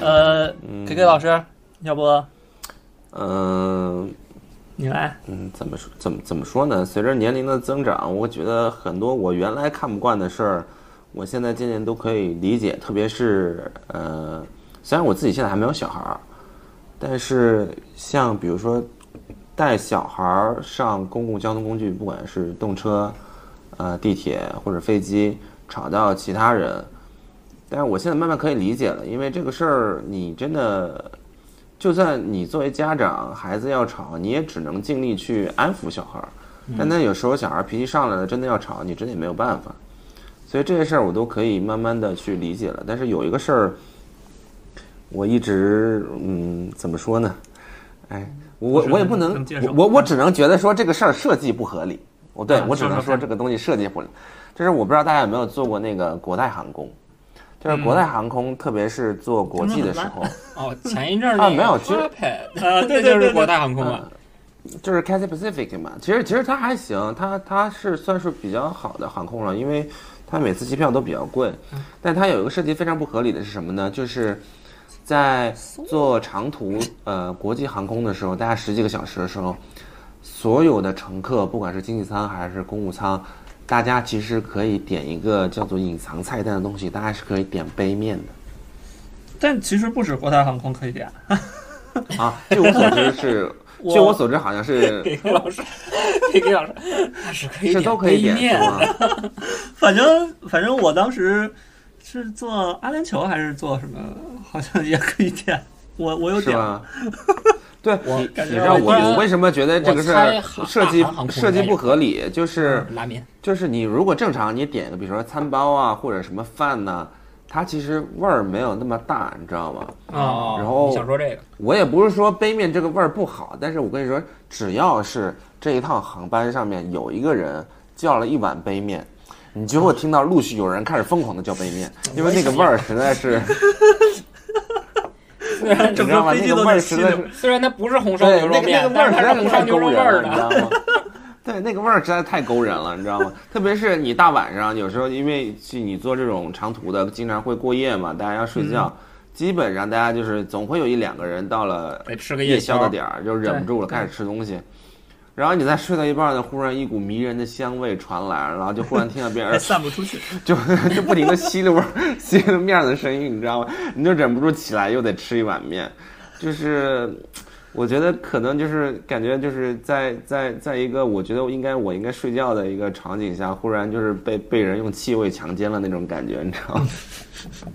S1: 呃，K K 老师，要不
S3: 嗯
S1: 你来？
S3: 嗯，怎么说怎么怎么说呢？随着年龄的增长，我觉得很多我原来看不惯的事儿，我现在渐渐都可以理解。特别是呃，虽然我自己现在还没有小孩儿，但是像比如说带小孩儿上公共交通工具，不管是动车、呃地铁或者飞机，吵到其他人，但是我现在慢慢可以理解了，因为这个事儿你真的就算你作为家长，孩子要吵，你也只能尽力去安抚小孩儿。
S1: 嗯
S3: 但那有时候小孩儿脾气上来了，真的要吵，你真的也没有办法。所以这些事儿我都可以慢慢的去理解了。但是有一个事儿，我一直嗯，怎么说呢？哎，我
S1: 不是
S3: 我也
S1: 很
S3: 不能
S1: 能接受，嗯
S3: 我我我只能觉得说这个事儿设计不合理。我对
S1: 啊
S3: 我只
S1: 说
S3: 能
S1: 说
S3: 说
S1: 看
S3: 这个东西设计不合理。就是我不知道大家有没有坐过那个国泰航空，就是国泰航空，特别是坐国际的时候，
S2: 哦，前一阵儿
S3: 啊
S2: 那个
S3: 没有其实
S2: Carpet，
S1: 啊
S2: 那
S1: 对对
S2: 就
S1: 对
S2: 是
S1: 对
S2: 国泰航空
S3: 嗯
S2: 啊，，
S3: 就是 Cathay Pacific 嘛。其实其实它还行，它它是算是比较好的航空了，因为它每次机票都比较贵。
S2: 嗯
S3: 但它有一个设计非常不合理的是什么呢？就是在坐长途呃国际航空的时候，大概十几个小时的时候，所有的乘客不管是经济舱还是公务舱。大家其实可以点一个叫做隐藏菜单的东西，大家是可以点杯面的。
S1: 但其实不止国泰航空可以点，
S3: 啊，据我所知 是，
S1: 我
S3: 据我所知好像是
S2: 给给老师，给给 老师，那是可以
S3: 是都可以
S2: 杯
S3: 点是
S2: 面，
S3: 吗？
S1: 反正反正我当时是做阿联酋还是做什么，好像也可以点。 我我有
S3: 是
S1: 点，
S3: 吧？ 对，
S2: 我
S3: 你
S1: 感
S3: 你
S1: 觉
S3: 知道
S1: 我
S3: 我
S2: 一般
S3: 我为什么觉得这个事
S2: 我猜
S3: 儿
S2: 航
S3: 设
S2: 大
S3: 计
S2: 航航空
S3: 设计
S2: 应该
S3: 不
S2: 有
S3: 合
S1: 嗯
S3: 理？就是
S2: 拉面
S3: 就是你如果正常你点个比如说餐包啊或者什么饭呐，它其实味儿没有那么大，你知道吗？
S1: 哦
S3: 然后
S2: 啊你想说这个，
S3: 我也不是说杯面这个味儿不好，但是我跟你说，只要是这一趟航班上面有一个人叫了一碗杯面，你就会听到陆续有人开始疯狂的叫杯面，因为那个味儿实在是，
S2: 虽然
S3: 你
S1: 整
S3: 知道
S1: 个
S3: 吗？
S1: 飞
S3: 那
S1: 机
S3: 个
S1: 都
S3: 味儿
S1: 在
S3: 实
S1: 吸
S3: 在
S1: 溜
S3: 是，。
S2: 虽然它不是红烧
S3: 对，
S2: 牛肉
S3: 那个那
S2: 面
S3: 个，味
S2: 但
S3: 儿实
S2: 是它
S3: 在是
S2: 是红
S3: 太
S2: 烧牛
S3: 勾
S2: 肉味
S3: 人
S2: 儿
S3: 了，你知
S2: 的。
S3: 道吗？对，那个味儿实在太勾人了，你知道吗？ 特别是你大晚上，有时候因为去你坐这种长途的，经常会过夜嘛，大家要睡觉。基本上大家就是总会有一两个人到了
S2: 得吃个
S3: 夜
S2: 宵
S3: 宵的点儿就忍不住了，
S2: 对
S3: 开始吃东西。然后你在睡到一半呢，忽然一股迷人的香味传来，然后就忽然听到别
S1: 还
S3: 人
S1: 散不出去。
S3: 就就不停的吸溜吸溜面的声音，你知道吗？你就忍不住起来又得吃一碗面，就是我觉得可能就是感觉就是在在在一个我觉得我应该我应该睡觉的一个场景下，忽然就是被被人用气味强奸了那种感觉，你知道吗？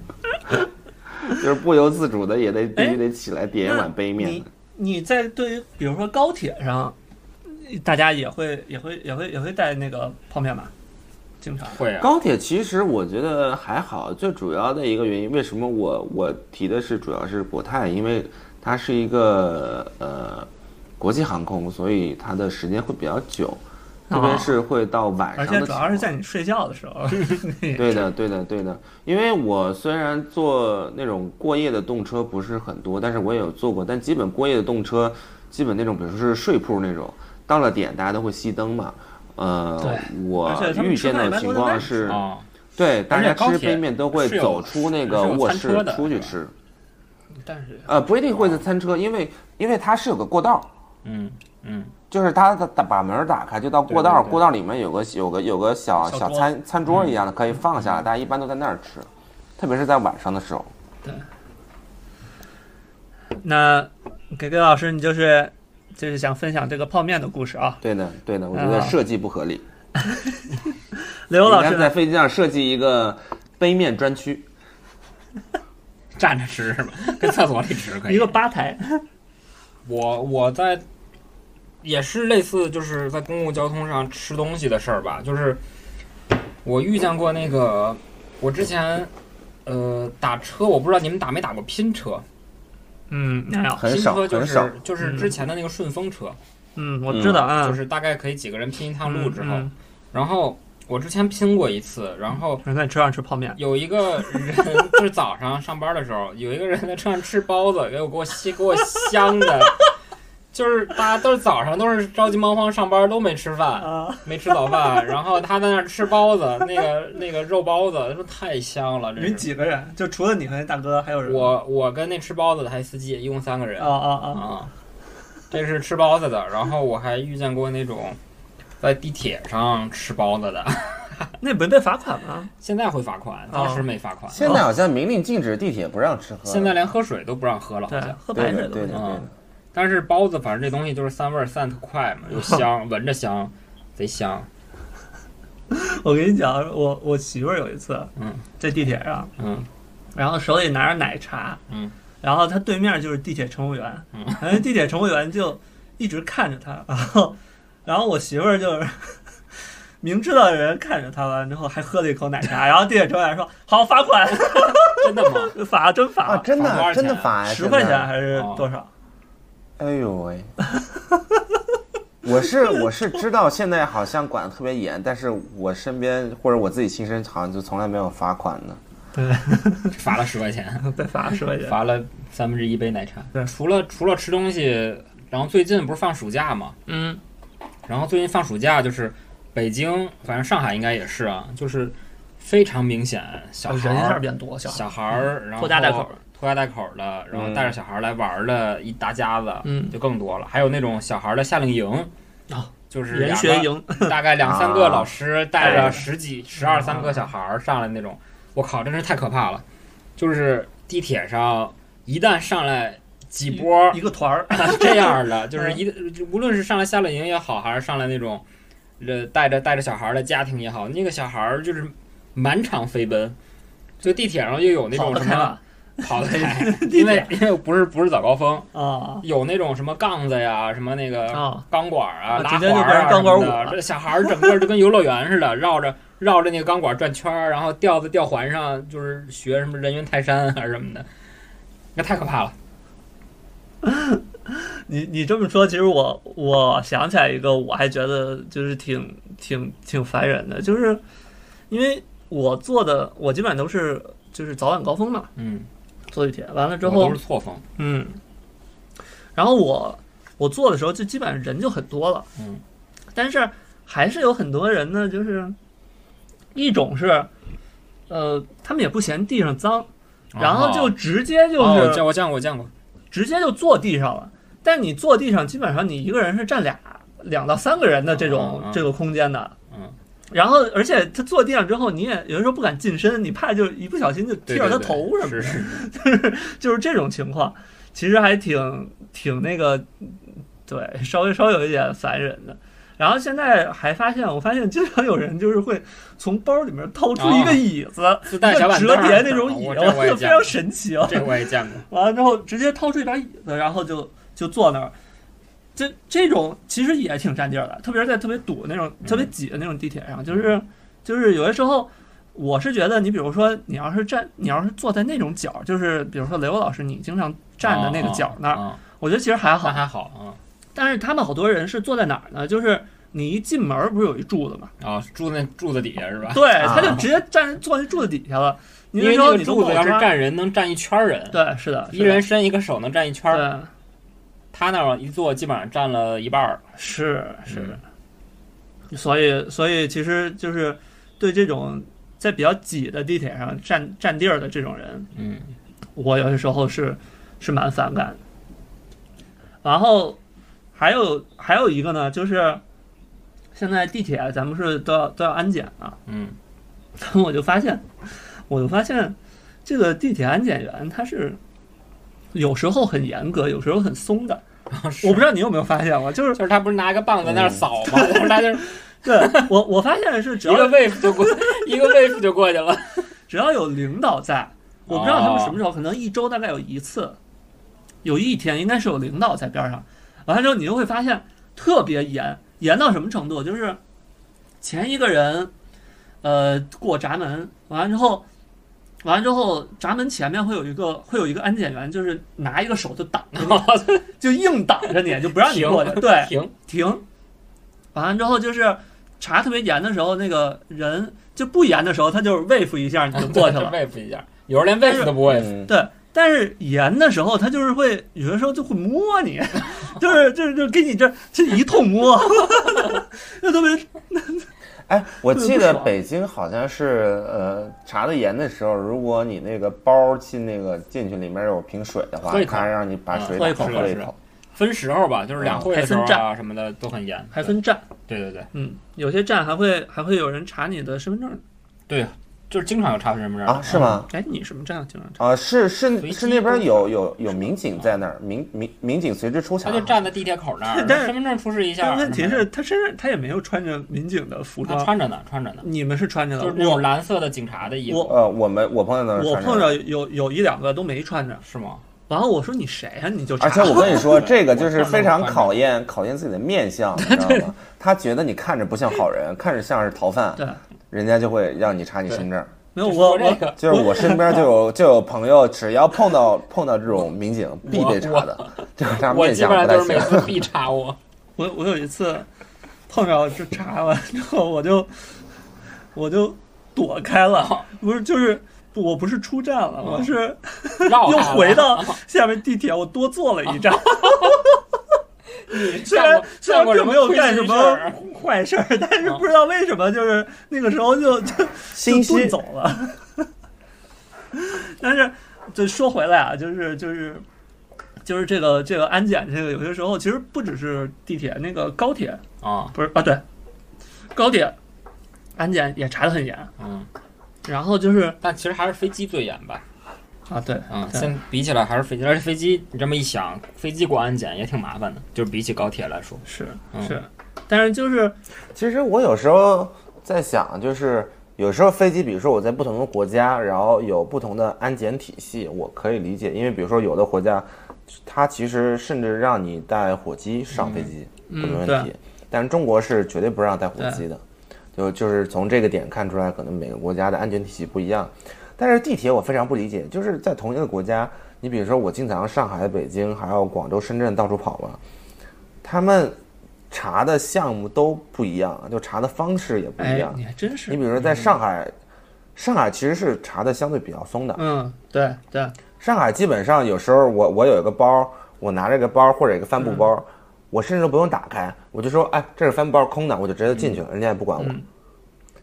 S3: 就是不由自主的也得必须得起来点一碗杯面
S1: 你，你在对于比如说高铁上，大家也会也会也会也会带那个泡面吧？经常
S2: 会啊，
S3: 高铁其实我觉得还好，最主要的一个原因，为什么我我提的是主要是国泰，因为它是一个呃国际航空，所以它的时间会比较久，特别是会到晚
S1: 而
S3: 上
S1: 且
S3: 的情
S1: 主
S3: 况。
S1: 要是在你睡觉的时候。
S3: 对的，对的，对的。因为我虽然坐那种过夜的动车不是很多，但是我也有坐过。但基本过夜的动车，基本那种，比如说是睡铺那种，到了点大家都会熄灯嘛。呃
S1: 对，
S3: 我
S1: 而且他们
S3: 遇
S1: 吃
S3: 见
S1: 饭一般
S3: 的
S1: 都
S3: 情
S1: 在外
S3: 况
S1: 面
S3: 是，
S2: 啊，
S3: 对，大家
S2: 高
S3: 吃
S2: 铁
S3: 杯面都会
S2: 是有
S3: 走出那个
S2: 是有
S3: 卧
S2: 餐
S3: 室
S2: 车的
S3: 出去
S2: 是吧
S3: 吃，
S1: 但是
S3: 呃，不一定会在餐车，因为因为它是有个过道儿，
S2: 嗯嗯，
S3: 就是他打把门打开就到过
S2: 对
S3: 道，
S2: 对对
S3: 过道里面有个有个有个小
S1: 小
S3: 小
S1: 桌
S3: 餐餐
S2: 嗯
S3: 桌一样的可以放下来，大家一般都在那儿吃，特别是在晚上的时候。
S1: 那给给老师，你就是就是想分享这个泡面的故事啊。
S3: 对的，对的，我觉得
S1: 啊
S3: 设计不合理，
S1: 刘
S3: 应
S1: 老
S3: 该
S1: 师
S3: 在
S1: 呢，
S3: 飞机上设计一个杯面专区。
S2: 站着吃是吧？跟厕所里吃可以。
S1: 一个吧台，
S2: 我我在也是类似，就是在公共交通上吃东西的事儿吧，就是我遇见过那个，我之前呃打车，我不知道你们打没打过拼车，
S1: 嗯，没有，
S3: 很少
S2: 拼车就
S3: 很少
S2: 是哦就是之前的那个顺风车，
S1: 嗯，我知道啊，
S2: 就是大概可以几个人拼一趟路之后，
S1: 嗯
S2: 然后我之前拼过一次，然后
S1: 嗯那你车上吃泡面，
S2: 有一个人就是早上上班的时候，有一个人在车上吃包子，给我给我吸给我香的， 就是大家都是早上都是着急忙慌上班，都没吃饭，
S1: 啊，
S2: 没吃早饭，然后他在那儿吃包子，那个那个肉包子，他说太香了，
S1: 你
S2: 这
S1: 们
S2: 是。
S1: 几个人？就除了你和那大哥，还有人吗？
S2: 我我跟那吃包子的还有司机，一共三个人
S1: 啊啊啊，
S2: 啊，这是吃包子的，然后我还遇见过那种在地铁上吃包子的，
S1: 那没被罚款吗？
S2: 现在会罚款，当时没罚款，
S3: 现在好像明令禁止地铁不让吃喝了。
S2: 现在连喝水都不让喝了，好
S1: 对
S2: 像。，
S1: 喝
S3: 对
S1: 白
S3: 的，
S1: 水都
S3: 对
S1: 不
S3: 的，对
S1: 行。
S3: 的
S2: 嗯。但是包子，反正这东西就是散味儿，散得快 嘛，又香，闻着香，贼香。
S1: 我跟你讲，我我媳妇儿有一次，
S2: 嗯，
S1: 在地铁上，
S2: 嗯，
S1: 然后手里拿着奶茶，
S2: 嗯，
S1: 然后她对面就是地铁乘务员，
S2: 嗯，
S1: 然后地铁乘务员就一直看着她， 然后，然后我媳妇儿就是 明知道有人看着她完之后还喝了一口奶茶，然后地铁乘务员说好罚款，
S2: 真的吗？
S1: 罚真罚，
S3: 啊，真的
S2: 罚多少
S3: 啊真的
S2: 钱啊
S3: 罚呀
S1: 十
S3: 现
S1: 块
S3: 在
S1: 钱还是多少？
S3: 哎呦喂！ 我是我是知道现在好像管得特别严，但是我身边或者我自己亲身好像就从来没有罚款的。
S2: 罚了十 块钱，
S1: 被罚十块钱。
S2: 罚了三分之一杯奶茶
S1: 对。
S2: 除了除了吃东西，然后最近不是放暑假嘛，
S1: 嗯，
S2: 然后最近放暑假就是北京，反正上海应该也是啊，就是非常明显，小孩
S1: 人一下
S2: 儿
S1: 变多，小孩
S2: 小孩儿，然后
S1: 拖家带口，
S2: 拖家带口儿的，然后
S3: 嗯
S2: 带着小孩儿来玩儿的一大家子，
S1: 嗯
S2: 就更多了。还有那种小孩儿的夏令营
S1: 啊，
S2: 就是
S1: 人
S2: 两
S1: 学
S2: 个
S1: 营，
S2: 大概两三个
S3: 啊
S2: 老师带
S1: 哎
S2: 着十几、十二三个小孩儿上来那种，我靠，真是太可怕了！就是地铁上一旦上来几波
S1: 一个团儿，
S2: 这样的，就是一无论是上来夏令营也好，还是上来那种呃带着带着小孩儿的家庭也好，那个小孩儿就是满场飞奔，就地铁上又有那
S1: 跑
S2: 种
S1: 得
S2: 什
S1: 开
S2: 么
S1: 吧
S2: 跑得开，
S1: 铁
S2: 因 为因为不是不是早高峰，
S1: 啊
S2: 有那种什么杠子呀，什么那个
S1: 啊！
S2: 钢管啊，
S1: 啊
S2: 拉
S1: 直接
S2: 环
S1: 就变成
S2: 啊
S1: 钢管
S2: 什
S1: 舞
S2: 么的
S1: 了
S2: 这小孩儿整个就跟游乐园似的，绕着绕着那个钢管转圈儿，然后吊在吊环上，就是学什么人猿泰山啊什么的，那太可怕了。
S1: 你你这么说，其实我我想起来一个，我还觉得就是挺挺挺烦人的，就是因为我坐的我基本上都是就是早晚高峰嘛，
S2: 嗯，
S1: 坐地铁完了之
S2: 我
S1: 后
S2: 都是错峰。
S1: 嗯，然后我我坐的时候就基本上人就很多了，
S2: 嗯，
S1: 但是还是有很多人呢，就是一种是，呃，他们也不嫌地上脏，然后就直接就
S2: 哦，
S1: 是
S2: 见我见过，我见过。
S1: 直接就坐地上了。但你坐地上，基本上你一个人是占俩两到三个人的这种
S2: 嗯嗯
S1: 这个空间的。
S2: 嗯。
S1: 然后，而且他坐地上之后，你也有的时候不敢近身，你怕就一不小心就踢
S2: 对
S1: 到
S2: 对
S1: 他
S2: 对，
S1: 头什么的，
S2: 是 是是
S1: 就是这种情况，其实还挺挺那个，对，稍微稍微有一点烦人的。然后现在还发现，我发现经常有人就是会从包里面掏出一个
S2: 啊
S1: 椅子，
S2: 自带
S1: 一个
S2: 小板
S1: 折
S2: 凳儿
S1: 叠那种椅，
S2: 我这
S1: 我
S2: 我也
S1: 就非
S2: 见
S1: 常
S2: 过，
S1: 神奇啊。
S2: 这我也见过。
S1: 完了之后直接掏出一把椅子，然后就就坐那儿。这这种其实也挺占地儿的，特别是在特别堵那种、
S2: 嗯
S1: 特别挤的那种地铁上，就是就是有些时候，我是觉得你比如说你要是站，你要是坐在那种角，就是比如说雷欧老师你经常 站的那个角那儿，
S2: 啊，
S1: 我觉得其实还
S2: 那
S1: 好。
S2: 还好啊
S1: 但是他们好多人是坐在哪儿呢？就是你一进门儿不是有一柱子嘛？
S2: 啊，住那柱子底下是吧？
S1: 对，他就直接站坐那柱子底下了。你
S2: 啊因
S1: 那
S2: 为
S1: 时候
S2: 那个
S1: 你都
S2: 柱
S1: 不
S2: 子
S1: 好
S2: 要是
S1: 抓
S2: 站人，能站一圈儿人，
S1: 对，是的，是
S2: 一
S1: 的
S2: 人伸一个手能站一圈儿。
S1: 对。
S2: 他那儿一坐，基本上占了一半儿。
S1: 是是的，所以所以其实就是对这种在比较挤的地铁上占占地儿的这种人，
S2: 嗯，
S1: 我有些时候是是蛮反感的。然后还有还有一个呢，就是现在地铁咱们是都要都要安检啊，
S2: 嗯，
S1: 我就发现我就发现这个地铁安检员他是。有时候很严格，有时候很松的。
S2: 是
S1: 我不知道你有没有发现过，就是
S2: 就是他不是拿一个棒在那儿扫吗？然后他就是
S1: 对我我发现是只
S2: 一
S1: 要
S2: 个 wave 就过，一个 wave 就过去了。
S1: 只要有领导在，我不知道他们什么
S2: 哦
S1: 时候，可能一周大概有一次，有一天应该是有领导在边上。完了之后，你就会发现特别严，严到什么程度？就是前一个人，呃，过闸门，完了之后，完了之后，闸门前面会有一个会有一个安检员，就是拿一个手就挡着你， 就硬挡着你，就不让你过去。对，
S2: 停，
S1: 停。完了之后就是查特别严的时候，那个人就不严的时候，他就是 wave 一下你就过去 了。
S2: wave 一下，有时候连 wave 都不 wave。
S3: 嗯，
S1: 对，但是严的时候，他就是会有的时候就会摸 你，就是就是就是给你这这一通摸， 那特别
S3: 哎，我记
S1: 特别
S3: 得
S1: 不爽
S3: 北京好像是呃查的严的时候，如果你那个包进那个进去里面有瓶水的话
S2: 喝一，口
S3: 他让你把
S2: 嗯
S3: 水
S1: 喝一
S3: 打
S1: 口
S3: 喝一
S2: 是的
S3: 口。
S2: 分时候吧，就是两会的时候
S1: 还分
S2: 啊什么的都很严。
S1: 还分站，
S2: 对对对
S1: 嗯，有些站还会还会有人查你的身份证。
S2: 对，就是经常有查身份证
S3: 啊，是？吗？
S1: 哎，你什么站啊？经常站？
S3: 啊，是
S2: 随
S3: 是
S2: 机
S3: 是那边
S2: 都
S3: 有有有民警在那儿，民民民警随之出
S2: 他
S3: 场
S2: 就。站在地铁口那儿，
S1: 但是
S2: 身份证出示一下。
S1: 但问题
S2: 然后
S1: 是，他身上他也没有穿着民警的服
S2: 他
S1: 装，
S2: 啊穿着呢，穿着呢，
S1: 你们是穿啊着的，
S2: 就是那
S1: 我
S2: 种蓝色的警察的衣服，
S1: 我
S3: 呃，我们我朋友那
S1: 我
S3: 穿
S1: 碰
S3: 着。
S1: 着有有一两个都没穿着。
S2: 是吗？
S1: 然后我说你谁呀、你就查
S3: 而且我跟你说，这个就是
S2: 我看到
S3: 非常
S2: 我看到
S3: 考验考验自己的面相，你知道吗？他觉得你看着不像好人，看着像是逃犯，
S1: 对，
S3: 人家就会让你查你身份证。
S1: 没有
S2: 就
S1: 我
S2: 说这
S1: 我
S2: 个
S3: 就是我身边就有就有朋友，只要碰到碰到这种民警，必被查的，就是他
S2: 我
S3: 面
S2: 基
S3: 相
S2: 本上
S3: 不太
S2: 就是每
S3: 行。
S2: 次必查我。
S1: 我我有一次碰着就查完之后，我就我就躲开
S2: 哦
S1: 了，不是就是我不是出站了，我是
S2: 绕
S1: 又
S2: 哦开了哦
S1: 回到下面地铁，我多坐了一站。
S2: 你
S1: 虽
S2: 干
S1: 然
S2: 过
S1: 虽然
S2: 干过
S1: 并没有
S2: 亏
S1: 干什
S2: 心事
S1: 么
S2: 儿哦
S1: 坏事儿，但是不知道为什么就是那个时候就 就就
S3: 心
S1: 遁
S3: 虚，
S1: 走了。 但是，就说回来啊，就是就是就是这个这个安检，这个有些时候其实不只是地铁，那个高铁
S2: 啊，
S1: 不是啊，对，高铁安检也查得很严。
S2: 嗯，
S1: 然后就是
S2: 但其实还是飞机最严吧，
S1: 啊，对，
S2: 嗯，
S1: 对
S2: 先比起来还是飞机，而且飞机你这么一想，飞机过安检也挺麻烦的，就是比起高铁来说，
S1: 是
S2: 嗯
S1: 是，但是就是
S3: 其实我有时候在想，就是有时候飞机，比如说我在不同的国家，然后有不同的安检体系，我可以理解，因为比如说有的国家，它其实甚至让你带火机上飞机，
S1: 嗯
S3: 都没问
S1: 对
S3: 题。但是中国是绝对不让带火机的，就就是从这个点看出来，可能每个国家的安全体系不一样。但是地铁我非常不理解，就是在同一个国家，你比如说我经常上海、北京，还有广州、深圳到处跑嘛，他们查的项目都不一样，就查的方式也不一
S1: 哎
S3: 样，。
S1: 你还真是
S3: 你，比如说在上海，上海其实是查的相对比较松的，
S1: 嗯，对对，
S3: 上海基本上有时候我我有一个包，我拿着一个包或者一个帆布包，
S1: 嗯嗯
S3: 我甚至都不用打开，我就说哎这是帆布包空的，我就直接进去了，人家也不管我。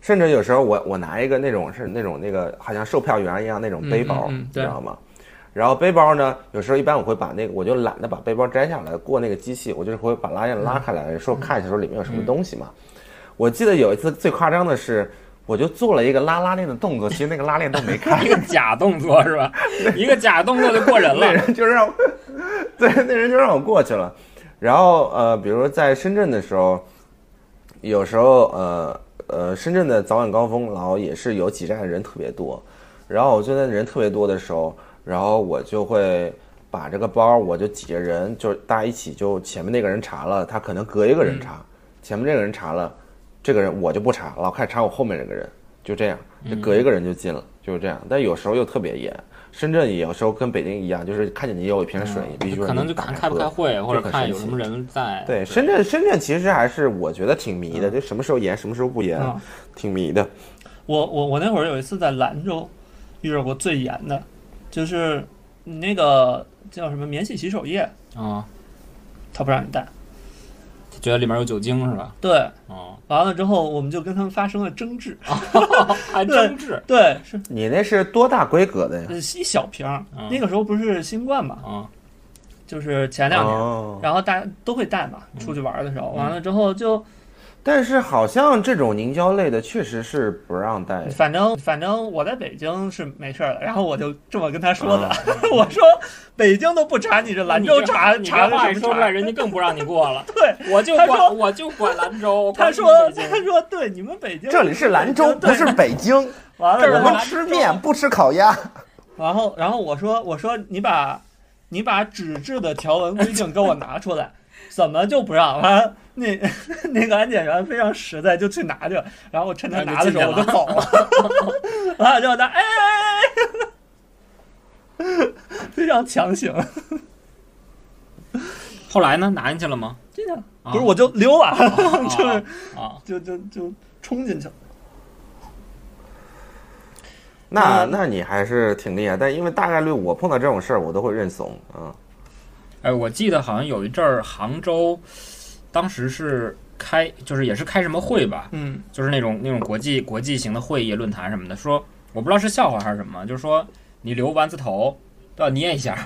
S3: 甚至有时候我我拿一个那种是那种那个好像售票员一样那种背包，
S1: 嗯嗯嗯
S3: 你知
S1: 对
S3: 道吗？然后背包呢，有时候一般我会把那个，我就懒得把背包摘下来过那个机器，我就是会把拉链
S1: 嗯
S3: 拉开来，有时候看一下说里面有什么东西嘛。我记得有一次最夸张的是，我就做了一个拉拉链的动作，其实那个拉链都没开
S2: 一，个假动作是吧？ 一个假动作就过人
S3: 那
S2: 了。
S3: 人就让我，对，那人就让我过去了。然后呃，比如在深圳的时候，有时候呃呃，深圳的早晚高峰，然后也是有几站人特别多，然后我就在人特别多的时候，然后我就会把这个包，我就几个人，就是大家一起，就前面那个人查了，他可能隔一个人
S2: 嗯
S3: 查，前面这个人查了，这个人我就不查，老开始查我后面这个人，就这样，就
S2: 嗯
S3: 隔一个人就进了，就是这样。但有时候又特别严，深圳也有时候跟北京一样，就是看见你有一瓶水，必须
S2: 嗯可能就
S3: 打
S2: 看
S3: 开
S2: 开不
S3: 喝
S2: 开会，或者
S3: 就很
S2: 看
S3: 神
S2: 有什么人在。
S3: 对，深圳深圳其实还是我觉得挺迷
S2: 嗯
S3: 的，就什么时候严，什么时候不严，
S1: 嗯
S3: 挺迷的。
S1: 我我我那会儿有一次在兰州遇到过最严的，就是你那个叫什么免洗洗手液，
S2: 啊，
S1: 他不让你带。
S2: 觉得里面有酒精是吧？
S1: 对，
S2: 哦，
S1: 完了之后我们就跟他们发生了争执。
S3: 啊
S2: 还真是
S1: 对，是
S3: 你那是多大规格的呀？
S1: 呃一小瓶儿
S2: 嗯，
S1: 那个时候不是新冠嘛，
S2: 啊，
S1: 就是前两年，
S3: 哦，
S1: 然后大家都会带嘛，
S3: 嗯
S1: 出去玩儿的时候，完了之后就
S3: 但是好像这种凝胶类的确实是不让带。
S2: 嗯
S1: 反正反正我在北京是没事儿的，然后我就这么跟他说
S3: 啊
S1: 的，
S3: 嗯
S1: 我说北京都不查，你这兰州查
S2: 你这
S1: 查
S2: 话
S1: 个
S2: 一
S1: 什
S2: 说
S1: 么
S2: 出来，
S1: 查？
S2: 人家更不让你过了。
S1: 对，
S2: 我就
S1: 他说
S2: 管我就管兰州，
S1: 他
S2: 管你
S1: 说
S2: 们北京
S1: 他说对，你们北京
S3: 这里是兰州，不
S1: 对
S3: 是北 京。
S1: 完
S2: 这
S1: 了，
S2: 儿
S1: 然
S3: 我
S1: 后
S3: 们吃面不吃烤鸭。
S1: 然后然后我说我说你把你把纸质的条文规定给我拿出来，怎么就不让？完了那那个安检员非常实在，就去拿去了。然后我趁他拿的时候我就走了，完了之后他哎哎哎，哎非常强行，
S2: 后来呢？拿进去了 吗？
S1: 这样
S2: 啊
S1: 不是我就溜了，就是
S2: 啊啊，
S1: 就就就冲进去了。
S3: 那
S1: 嗯
S3: 那你还是挺厉害，但因为大概率我碰到这种事儿，我都会认怂啊。
S2: 哎，我记得好像有一阵儿杭州，当时是开，就是也是开什么会吧，
S1: 嗯
S2: 就是那种那种国际国际型的会议、论坛什么的，说我不知道是笑话还是什么，就是说你留丸子头都要捏一下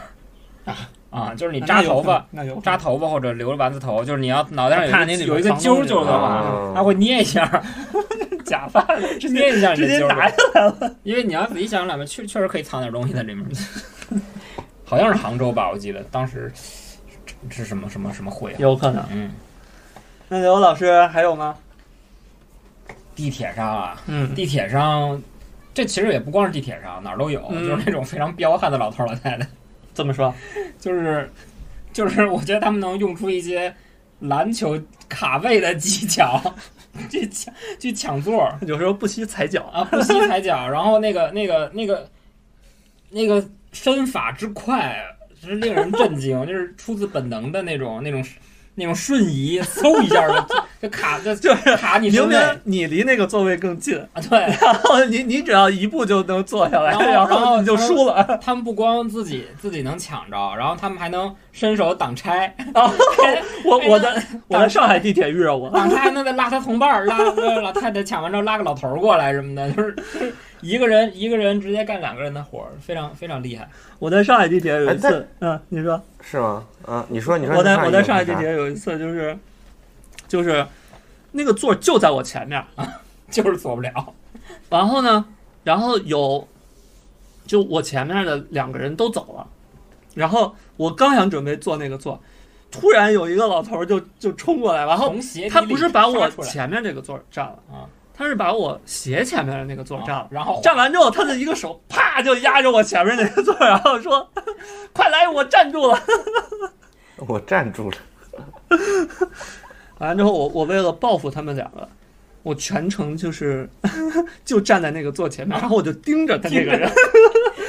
S1: 啊
S2: 啊，就是你扎头发。，
S1: 那有可能
S2: 扎头发或者留丸子头，就是你要脑袋
S1: 怕
S2: 上有
S1: 你
S2: 一
S1: 里面
S2: 个有一个
S1: 藏
S2: 揪
S1: 东西
S2: 揪的话
S3: 啊，
S2: 他会捏一 下，
S1: 假发，直接
S2: 捏一下你
S1: 直
S2: 的
S1: 接
S2: 揪儿
S1: 拿下来了。
S2: 因为你要仔细想想，面确确实可以藏点东西在里面。 好像是杭州吧，我记得当时是是什么什么什么会啊？
S1: 有可能。
S2: 嗯，
S1: 那刘老师还有吗？
S2: 地铁上啊，
S1: 嗯，
S2: 地铁上，这其实也不光是地铁上，哪儿都有，
S1: 嗯
S2: 就是那种非常彪悍的老头儿老太太，
S1: 这么说，
S2: 就是就是，我觉得他们能用出一些篮球卡位的技巧，去抢去抢座儿
S1: 有时候不惜踩脚，
S2: 啊，不惜踩脚，然后那个那个那个那个身法之快，是令人震惊，就是出自本能的那种那种。那种瞬移，嗖一下就就卡，就
S1: 就是
S2: 卡你
S1: 明
S2: 身位
S1: 明你离那个座位更近，
S2: 啊！对，
S1: 然后你你只要一步就能坐下来，
S2: 然
S1: 然
S2: 后然后
S1: 后你就输了。
S2: 他们不光自己自己能抢着，然后他们还能伸手挡拆，
S1: 然后 我
S2: 哎呀
S1: 我在 我在上海地铁遇到过，
S2: 挡拆还能再拉他同伴儿，拉拉老太太抢完之后拉个老头儿过来什么的，就是就是一个人一个人直接干两个人的活儿，非常非常厉害。
S1: 我在上海地铁有一
S3: 哎
S1: 次，嗯，你说，
S3: 是吗？啊，你说你说
S1: 我
S3: 你
S1: 在我在
S3: 有
S1: 上海地
S3: 啥
S1: 铁有一次就是就是那个座就在我前面，
S2: 就是锁不了，
S1: 然后呢，然后有，就我前面的两个人都走了，然后我刚想准备坐那个座，突然有一个老头儿就就冲过来，然后
S2: 从鞋底
S1: 他不是把
S2: 里刷
S1: 我
S2: 出来
S1: 前面这个座儿占了
S2: 啊，
S1: 他是把我斜前面的那个座儿占
S2: 啊
S1: 了，。
S2: 然后
S1: 占完之后，他的一个手啪就压着我前面那个座儿，然后说：“ 快来，我站住了。
S3: 我站住 了。”
S1: 完了之后，我我为了报复他们两个，我全程就是 就站在那个座
S2: 啊
S1: 前面，然后我就盯着他那个人，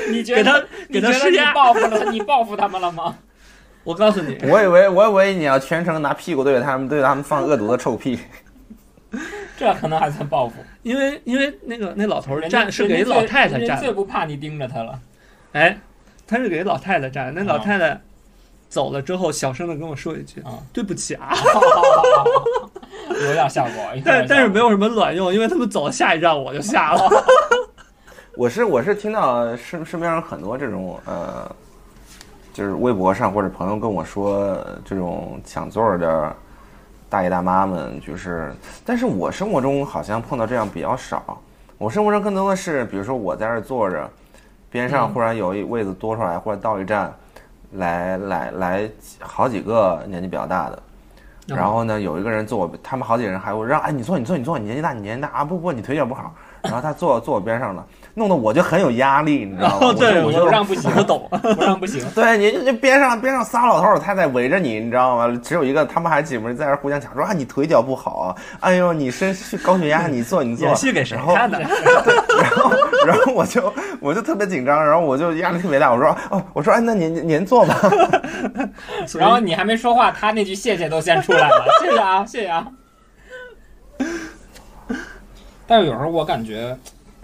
S2: 你觉
S1: 给他
S2: 得
S1: 给
S2: 你
S1: 他
S2: 觉得
S1: 施
S2: 你
S1: 压。
S2: 报复了你报复他们了吗？
S1: 我告诉你，
S3: 我以为我以为你要全程拿屁股对着他们，对着他们放恶毒的臭 屁。
S2: 这可能还算报复。
S1: 因为因为那个那老头儿
S2: 人
S1: 站
S2: 家
S1: 是给
S2: 人家
S1: 老
S2: 最
S1: 太太
S2: 人家
S1: 站
S2: 最
S1: 的，
S2: 不怕你盯着他 了。
S1: 哎，他是给老太太站的。那老
S2: 啊
S1: 太太走了之后，小声的跟我说一句
S2: 啊：“
S1: 对不起啊。”
S2: 有点吓我。
S1: 但但是没
S2: 有
S1: 有什么卵用，因为他们走下一站我就下 了。
S3: 我是我是听到身身边有很多这种呃，就是微博上或者朋友跟我说这种抢座儿的大爷大妈们，就是，但是我生活中好像碰到这样比较少。我生活中更多的是，比如说我在这儿坐着，边上忽然有一位子多出来，或者到一站，来来来好几个年纪比较大的，
S1: 嗯
S3: 然后呢，有一个人坐我，他们好几个人还会让，哎，你坐，你坐，你坐，你年纪大，你年纪大啊，不不，你腿脚不好。然后他坐坐我边上了，弄得我就很有压力，你知道吗？
S1: 哦
S3: 我
S1: 对
S3: 就我
S1: 我
S2: 不
S3: 就
S2: 让不行，
S1: 我懂，
S2: 不让不 行。
S3: 对你这边上边上仨老头老太太围着你，你知道吗？只有一个，他们还几个人在那儿互相抢说啊，你腿脚不好啊，哎呦，你身高血压，你坐你坐。
S1: 演戏给谁
S3: 然后
S1: 看 的？
S3: 然后然后我就我就特别紧张，然后我就压力特别大，我说哦，我说哎，那您您坐吧。
S1: 所以
S2: 然后你还没说话，他那句谢谢都先出来了，谢谢啊，谢谢啊。但是有时候我感觉，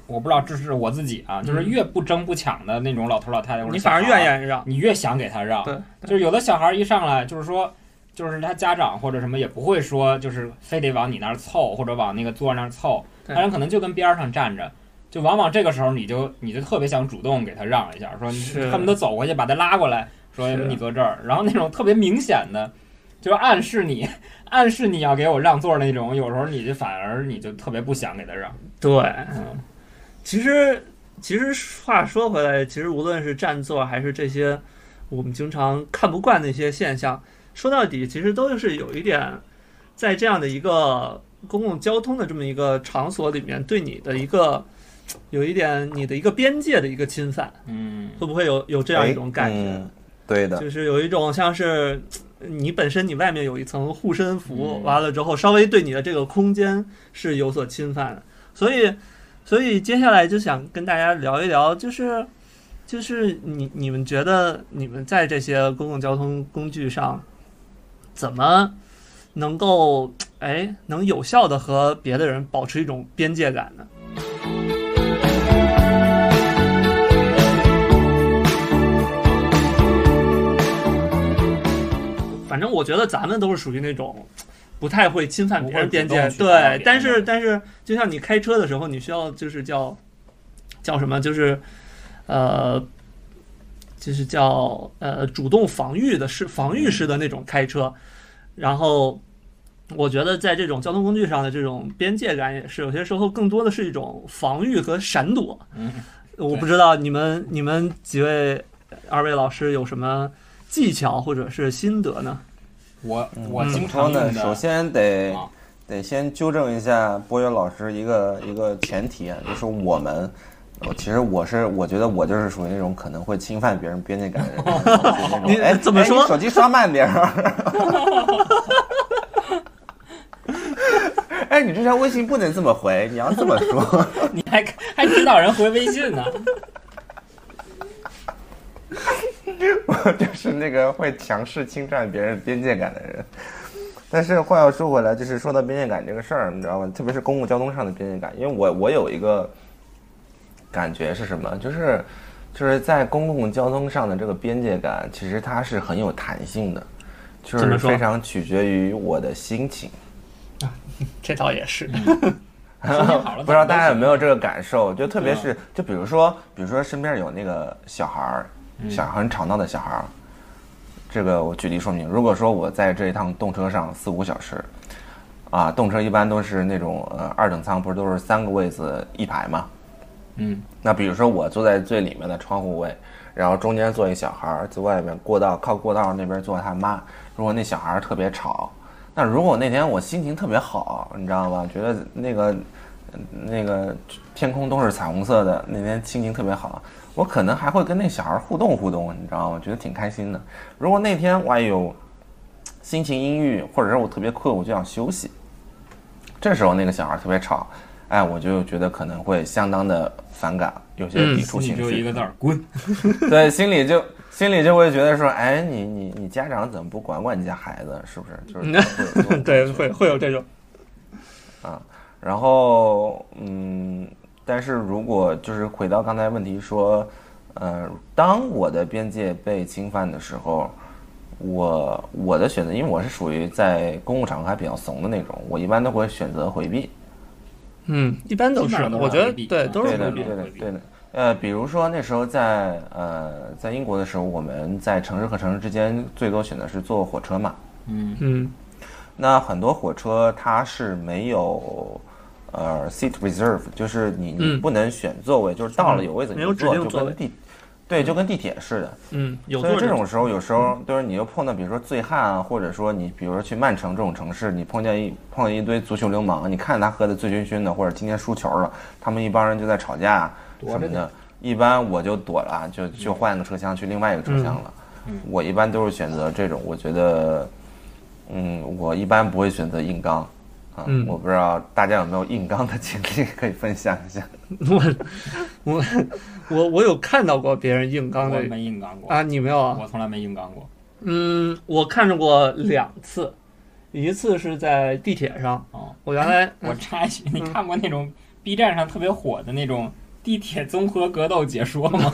S2: 我不知道这是我自己啊，就是越不争不抢的那种老头老太太，或者
S1: 你反而
S2: 小孩
S1: 越
S2: 儿啊
S1: 演越让。
S2: 你越想给他让。
S1: 对，
S2: 就是有的小孩一上来就是说，就是他家长或者什么也不会说，就是非得往你那儿凑或者往那个座那儿凑，
S1: 对
S2: 他人可能就跟边儿上站着。就往往这个时候，你就你就特别想主动给他让一下，说你
S1: 是
S2: 恨不得走过去把他拉过来，说
S1: 是
S2: 你坐这儿。然后那种特别明显的，就是暗示你 暗示你要给我让座那种，有时候你就反而你就特别不想给他让。
S1: 对，
S2: 嗯，
S1: 其实其实话说回来，其实无论是占座还是这些我们经常看不惯的一些现象，说到底其实都是有一点在这样的一个公共交通的这么一个场所里面，对你的一个有一点你的一个边界的一个侵犯，
S2: 嗯，
S1: 会不会有有这样一种感觉？
S3: 嗯对的，
S1: 就是有一种像是呃你本身你外面有一层护身符，
S2: 嗯
S1: 完了之后稍微对你的这个空间是有所侵犯的，所以所以接下来就想跟大家聊一聊，就是就是你你们觉得你们在这些公共交通工具上怎么能够哎能有效的和别的人保持一种边界感呢？反正我觉得咱们都是属于那种不太会侵犯别人边
S2: 不
S1: 界
S2: 会，主动去打扰
S1: 对
S2: 别人。
S1: 但是但是，就像你开车的时候，你需要就是叫叫什么，就是呃，就是叫呃主动防御的式防御式的那种开车。然后我觉得在这种交通工具上的这种边界感，也是有些时候更多的是一种防御和闪躲。
S2: 嗯，
S1: 我不知道你们你们几位二位老师有什么技巧或者是心得呢？
S2: 我我
S1: 嗯
S2: 经
S3: 说
S2: 常用
S3: 呢，
S2: 的，
S3: 首先得
S2: 啊
S3: 得先纠正一下波月老师一个一个前提啊，就是我们，我其实我是我觉得我就是属于那种可能会侵犯别人边界感的人，就是那种
S1: 你
S3: 哎
S1: 怎么
S3: 哎
S1: 说
S3: 你手机刷慢点儿。 哎，你这条微信不能这么回，你要这么说。
S2: 你还 还指导人回微信呢。
S3: 我就是那个会强势侵占别人边界感的人。但是话要说回来，就是说到边界感这个事儿，你知道吗？特别是公共交通上的边界感，因为我我有一个感觉是什么，就是就是在公共交通上的这个边界感，其实它是很有弹性的，就
S1: 怎
S3: 是
S1: 么说
S3: 非常取决于我的心情。
S1: 这倒也是，
S2: 嗯心情好了，
S3: 不知道大家有没有这个感受？
S2: 嗯
S3: 就特别是，就比如说，比如说身边有那个小孩儿，
S2: 嗯
S3: 小孩很吵闹的小孩儿，这个我举例说明。如果说我在这一趟动车上四五小时，啊，动车一般都是那种呃二等舱，不是都是三个位子一排嘛？
S2: 嗯，
S3: 那比如说我坐在最里面的窗户位，然后中间坐一小孩儿，在外面过道靠过道那边坐他妈。如果那小孩儿特别吵，那如果那天我心情特别好，你知道吗？觉得那个嗯那个天空都是彩虹色的，那天心情特别好，我可能还会跟那小孩儿互动互动，你知道吗？觉得挺开心的。如果那天我哎呦心情阴郁，或者是我特别困，我就想休息，这时候那个小孩儿特别吵，哎，我就觉得可能会相当的反感，有些
S1: 嗯
S3: 抵触
S2: 你
S3: 情
S2: 就一
S3: 绪，
S2: 个字儿滚。
S3: 对，心里就心里就会觉得说，哎，你你你家长怎么不管管你家孩子，是不是？ 就是会有这 种
S1: 对，会会有这种，
S3: 然后，嗯，但是如果就是回到刚才问题说，呃，当我的边界被侵犯的时候，我我的选择，因为我是属于在公共场合还比较怂的那种，我一般都会选择回避。
S1: 嗯，一般都
S2: 基
S1: 是
S2: 本上，都
S1: 我
S2: 是
S1: 觉得
S2: 回避
S1: 对，都是
S3: 对
S1: 回
S3: 的，
S1: 避
S3: 对。的
S2: 回，避
S3: 对的。呃，比如说那时候在呃在英国的时候，我们在城市和城市之间最多选的是坐火车嘛。
S2: 嗯
S1: 嗯
S3: 那很多火车它是没有呃 seat reserve，就是你你
S1: 嗯
S3: 不能选座位，就是到了有位子你
S1: 没有
S3: 就
S1: 指
S3: 坐，
S1: 定
S3: 就
S1: 座位
S3: 跟地对就跟地铁似的。
S1: 嗯，有
S3: 所以
S1: 座
S3: 这
S1: 着
S3: 种时候，有时候就是你又碰到，比如说醉汉啊，或者说你比如说去曼城这种城市，你碰见一碰见一堆足球流氓，你看他喝的醉醺醺的，或者今天输球了，他们一帮人就在吵架啊
S2: 躲
S3: 什
S2: 着
S3: 么
S2: 点
S3: 的，一般我就躲了，啊就就换个车厢去另外一个车厢了。
S1: 嗯
S3: 我一般都是选择这种，我觉得，嗯，我一般不会选择硬刚。啊
S1: 嗯，
S3: 我不知道大家有没有硬刚的经历可以分享一下。
S1: 我我 我我有看到过别人硬刚
S2: 我
S1: 的
S2: 没硬刚过
S1: 啊，，你没有啊？
S2: 我从来没硬刚过。
S1: 嗯，我看着过两次，一次是在地铁上，
S2: 哦，
S1: 我原来
S2: 我插一句，你
S1: 嗯
S2: 看过那种 B 站上特别火的那种地铁综合格斗解 说吗？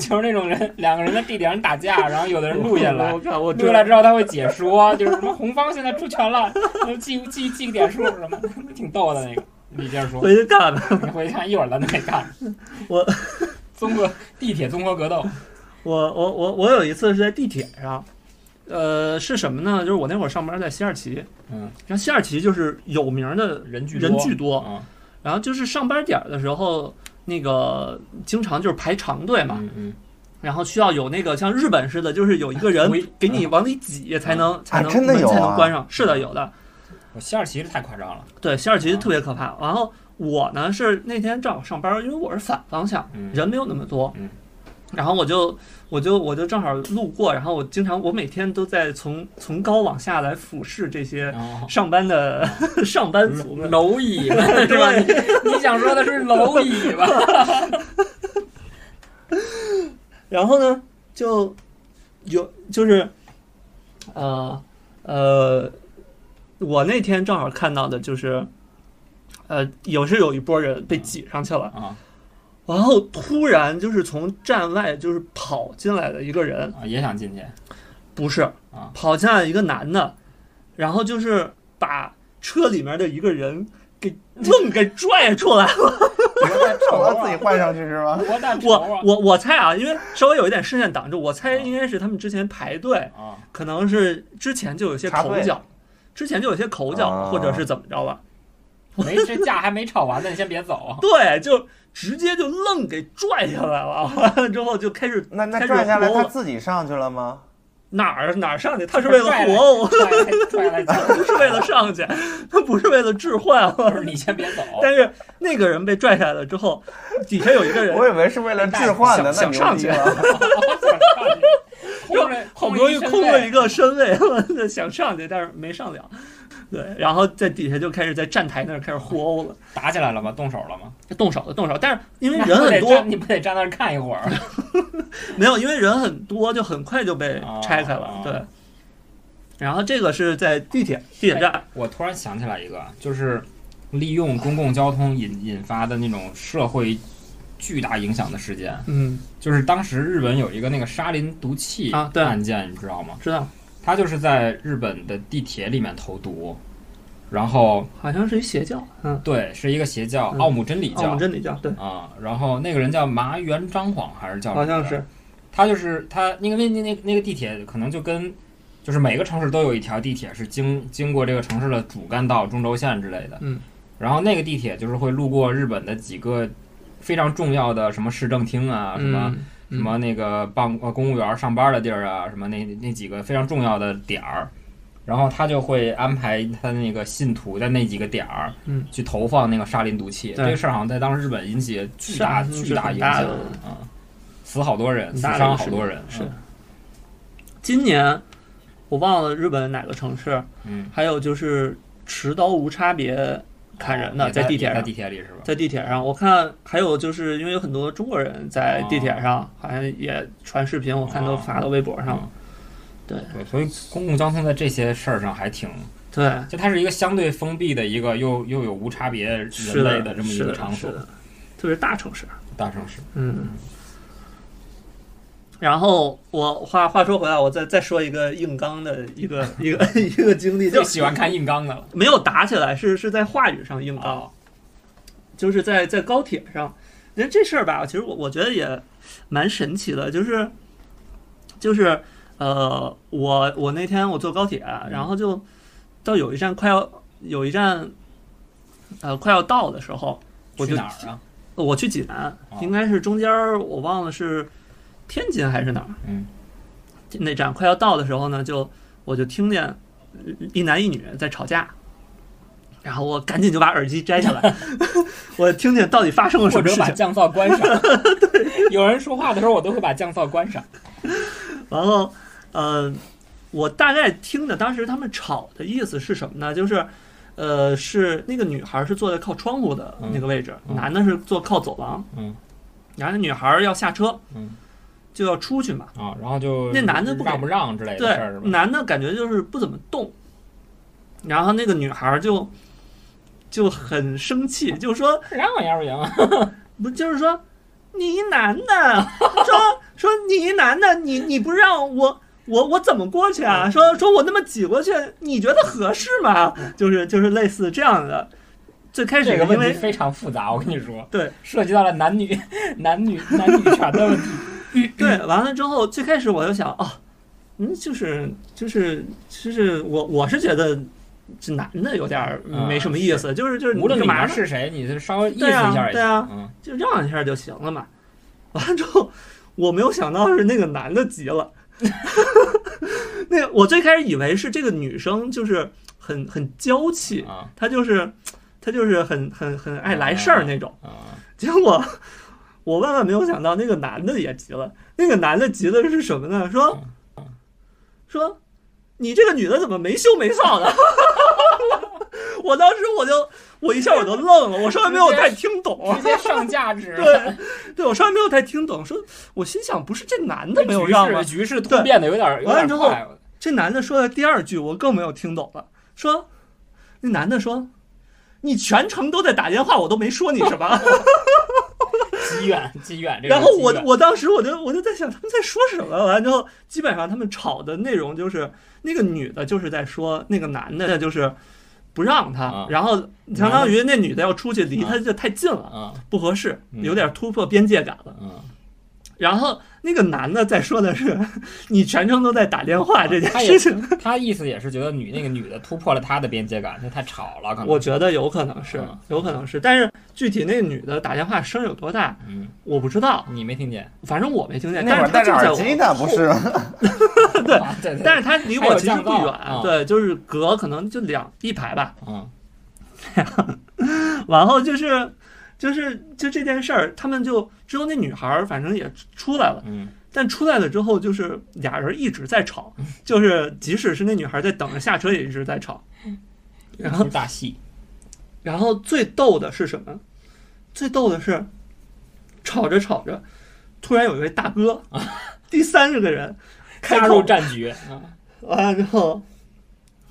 S2: 就是那种人，两个人在地铁上打架，然后有的人录下 来
S1: 我，看我
S2: 录下来之后他会解说，就是什么红方现在出 拳了，就记记记个点数什么，挺逗的那个。你接着说，
S1: 回去干的。
S2: 你回去看，一会儿咱们再看。
S1: 我
S2: 综合地铁综合格斗，
S1: 我我我我有一次是在地铁上，呃，是什么呢？就是我那会儿上班在西二旗，
S2: 嗯，
S1: 然后西二旗就是有名儿的
S2: 人巨
S1: 人巨多，
S2: 啊，
S1: 然后就是上班点儿的时候，那个经常就是排长队嘛，
S2: 嗯嗯，
S1: 然后需要有那个像日本似的，就是有一个 人
S2: 推
S1: 给你往里挤才能、才能
S3: 真的
S1: 门
S3: 有
S1: 才能
S3: 啊
S1: 关上，是的，有的。
S2: 我西二旗是太夸张了，
S1: 对，西二
S2: 哦
S1: 旗特别可怕。然后我呢是那天正好上班，因为我是反方向，
S2: 嗯
S1: 人没有那么多
S2: 嗯。
S1: 然后我就我就我就正好路过，然后我经常我每天都在从从高往下来俯视这些
S2: 哦
S1: 上班的、 上班族们。
S2: 蝼蚁吧， 是吧？你你想说的是蝼蚁吧？
S1: 然后呢，就有就是，呃呃，我那天正好看到的就是，呃，有是有一波人被挤上去了，
S2: 啊
S1: 然后突然就是从站外就是跑进来的一个人，
S2: 啊，也想进去
S1: 不是
S2: 啊，
S1: 跑进来一个男的，然后就是把车里面的一个人给愣给拽出来了。
S2: 多大 仇
S3: 我自己
S2: 啊？
S3: 换上去是吗？
S2: 多大仇
S1: 我
S2: 啊？
S1: 我我猜啊，因为稍微有一点视线挡住，我猜应该是他们之前排队，
S2: 啊，
S1: 可能是之前就有些
S3: 插
S1: 口
S3: 队
S1: 角，之前就有些口角，
S3: 啊
S1: 或者是怎么着吧。
S2: 没这架还没吵完呢，你先别 走。
S1: 对，就直接就愣给拽下来了，完了 之后就开始
S3: 那
S1: 开
S3: 那
S1: 始
S3: 拽下来
S1: 活
S3: 他
S1: 了
S3: 自己上去了吗？
S1: 哪儿哪儿上去，他是为了
S2: 拽
S1: 活
S2: 来
S1: 偶。
S2: 踹 来踹来，
S1: 不是 为了上去，他不是为了置换。啊
S2: 不是你先别 走。
S1: 但是那个人被拽下来了之后，底下有一个人
S3: 我以为是为了置换的，那
S1: 想
S3: 牛
S1: 上
S3: 逼啊
S1: 去
S3: 了。
S1: 就
S2: 空着
S1: 好不容易空了一
S2: 个，
S1: 个身位，想上去，但是没上了。对，然后在底下就开始在站台那儿开始互殴了，
S2: 打起来了吗？动手了吗？
S1: 动手了，动手。但是因为人很
S2: 那不得
S1: 多
S2: 站，你不得站那儿看一会儿？
S1: 没有，因为人很多，就很快就被拆开了
S2: 啊。
S1: 对。然后这个是在地铁地铁站，
S2: 我突然想起来一个，就是利用公共交通引引发的那种社会巨大影响的事件，
S1: 嗯，
S2: 就是当时日本有一个那个沙林毒气
S1: 啊对
S2: 案件，你知道吗？
S1: 知道，
S2: 他就是在日本的地铁里面投毒，然后
S1: 好像是一邪教，嗯，
S2: 对，是一个邪教
S1: 嗯
S2: 奥姆真理
S1: 奥
S2: 教
S1: 姆真理教，对，
S2: 啊、然后那个人叫麻原彰晃还是叫什么
S1: 好像
S2: 的
S1: 是，
S2: 他就是他那个那那那那个地铁可能就跟就是每个城市都有一条地铁是经经过这个城市的主干道中轴线之类的，
S1: 嗯，
S2: 然后那个地铁就是会路过日本的几个非常重要的什么市政厅啊，什么、
S1: 嗯
S2: 什么那个办呃公务员上班的地儿啊，什么那那几个非常重要的点儿，然后他就会安排他那个信徒在那几个点儿，
S1: 嗯，
S2: 去投放那个沙林毒气。
S1: 对
S2: 这个事儿好像在当时日本引起巨大
S1: 是啊
S2: 巨大
S1: 是很
S2: 影
S1: 大
S2: 响
S1: 的
S2: 啊，死好多人，
S1: 很
S2: 死
S1: 大的
S2: 伤
S1: 一
S2: 好
S1: 个
S2: 多人，啊
S1: 是今年我忘了日本哪个城市，
S2: 嗯，
S1: 还有就是持刀无差别砍人的，
S2: 哦也在
S1: 地铁
S2: 也在
S1: 上，
S2: 地铁里是吧？
S1: 在地铁上，我看还有就是因为有很多中国人在地铁
S2: 哦
S1: 上，好像也传视频，我看都发到微博上了。
S2: 对，所以公共交通在这些事儿上还挺，
S1: 对，
S2: 就它是一个相对封闭的一个又又有无差别人
S1: 是
S2: 类
S1: 的，
S2: 的这么一
S1: 是
S2: 个
S1: 的，
S2: 场嗯
S1: 是
S2: 所，
S1: 的，特别是大城市，
S2: 大城市。
S1: 嗯。然后我话话说回来，我再再说一个硬刚的一个一个 一个经历，就
S2: 最喜欢看硬刚的了。
S1: 没有打起来，是是在话语上硬刚，
S2: 哦，
S1: 就是在在高铁上。人这事儿吧，其实我我觉得也蛮神奇的，就是就是呃，我我那天我坐高铁，
S2: 嗯
S1: 然后就到有一站快要有一站呃快要到的时候，我
S2: 去
S1: 就
S2: 哪儿啊？
S1: 我去济南
S2: 哦，
S1: 应该是中间儿我忘了是天津还是哪儿。
S2: 嗯，
S1: 那站快要到的时候呢，就我就听见一男一女在吵架，然后我赶紧就把耳机摘下 来，我听见到底发生了什
S2: 或
S1: 么
S2: 者
S1: 事
S2: 把
S1: 情。
S2: 降噪关 上。有人说话的时候，我都会把降噪关上。
S1: 然后，呃，我大概听着当时他们吵的意思是什么呢？就是，呃，是那个女孩是坐在靠窗户的那个位置，
S2: 嗯嗯
S1: 男的是坐靠走廊，
S2: 嗯
S1: 然后那女孩要下车
S2: 嗯
S1: 就要出去嘛，
S2: 啊，然后就
S1: 那男的不给
S2: 让不让之类的
S1: 对
S2: 事儿是，吧？
S1: 男的感觉就是不怎么动，然后那个女孩儿就就很生气，就说
S2: 让呀不行啊，
S1: 不就是说你一男的，说说你一男的，你你不让我。我我怎么过去
S2: 嗯
S1: 啊？说说我那么挤过去，你觉得合适吗？就是就是类似这样的。最开始
S2: 这
S1: 是
S2: 个
S1: 因
S2: 问题
S1: 为
S2: 非常复杂，我跟你说，
S1: 对，
S2: 涉及到了男女男女男女权的问题。
S1: 对，
S2: 嗯
S1: 完了之后，最开始我就想，哦，嗯，就是就是就是我我是觉得这男的有点儿
S2: 啊
S1: 没什么意思，就是就是
S2: 无论
S1: 你干
S2: 你
S1: 嘛
S2: 娘
S1: 呢
S2: 是谁，你就稍微意思一
S1: 对啊
S2: 下也
S1: 对啊
S2: 行。嗯，
S1: 就让一下就行了嘛。完了之后，我没有想到是那个男的急了。 那我最开始以为是这个女生就是很很娇气，
S2: 啊
S1: 她就是她就是很很很爱来事儿那种。
S2: 啊，
S1: 结果我万万没有想到，那个男的也急了。那个男的急的是什么呢？说
S2: 嗯
S1: 说你这个女的怎么没羞没臊的？ 我当时我就我一下我就愣了，我稍微没有太听懂，。
S2: 直接上价值
S1: 对，对我稍微没有太听懂，说我心想不是这男的没有让吗？
S2: 局势局势突
S1: 对
S2: 变的有点有
S1: 完了
S2: 点
S1: 之后
S2: 快。
S1: 这男的说的第二句我更没有听懂了，说那男的说你全程都在打电话，我都没说你什么。
S2: 积怨积怨。这个
S1: 然后
S2: 积
S1: 我
S2: 怨
S1: 我当时我就我就在想他们在说什么，完了之后基本上他们吵的内容就是那个女的就是在说那个男的就是。不让他
S2: 啊，
S1: 然后相当于那女的要出去，离他就太近了，
S2: 啊
S1: 不合适，
S2: 嗯
S1: 有点突破边界感了。
S2: 嗯，
S1: 然后那个男的在说的是， 你全程都在打电话这件
S2: 哦他也
S1: 事
S2: 嗯
S1: 情，
S2: 他意思也是觉得女那个女的突破了他的边界感，那太吵了，可能。
S1: 我觉得有可能是
S2: 嗯，
S1: 有可能是，但是具体那女的打电话声有多大
S2: 嗯，
S1: 我不知道，
S2: 你没听见？
S1: 反正我没听见，
S3: 那
S1: 但
S3: 会儿
S1: 是他
S3: 戴
S1: 就
S3: 着
S1: 在
S3: 耳
S1: 我
S3: 机呢，不是吗？
S2: 对啊对对，
S1: 但是他离我其实不
S2: 还
S1: 远
S2: 有降噪，啊
S1: 对，就是隔可能就两一排吧。
S2: 嗯
S1: 然后就是就是就这件事儿，他们就之后那女孩儿反正也出来了，
S2: 嗯
S1: 但出来了之后就是俩人一直在吵，就是即使是那女孩在等着下车也一直在吵，
S2: 嗯
S1: 然
S2: 一
S1: 后
S2: 出大戏，
S1: 然后最逗的是什么？最逗的是，吵着吵着，突然有一位大哥，第三十个人 开
S2: 啊 加入
S1: 口
S2: 战局 啊，
S1: 完了之后，哎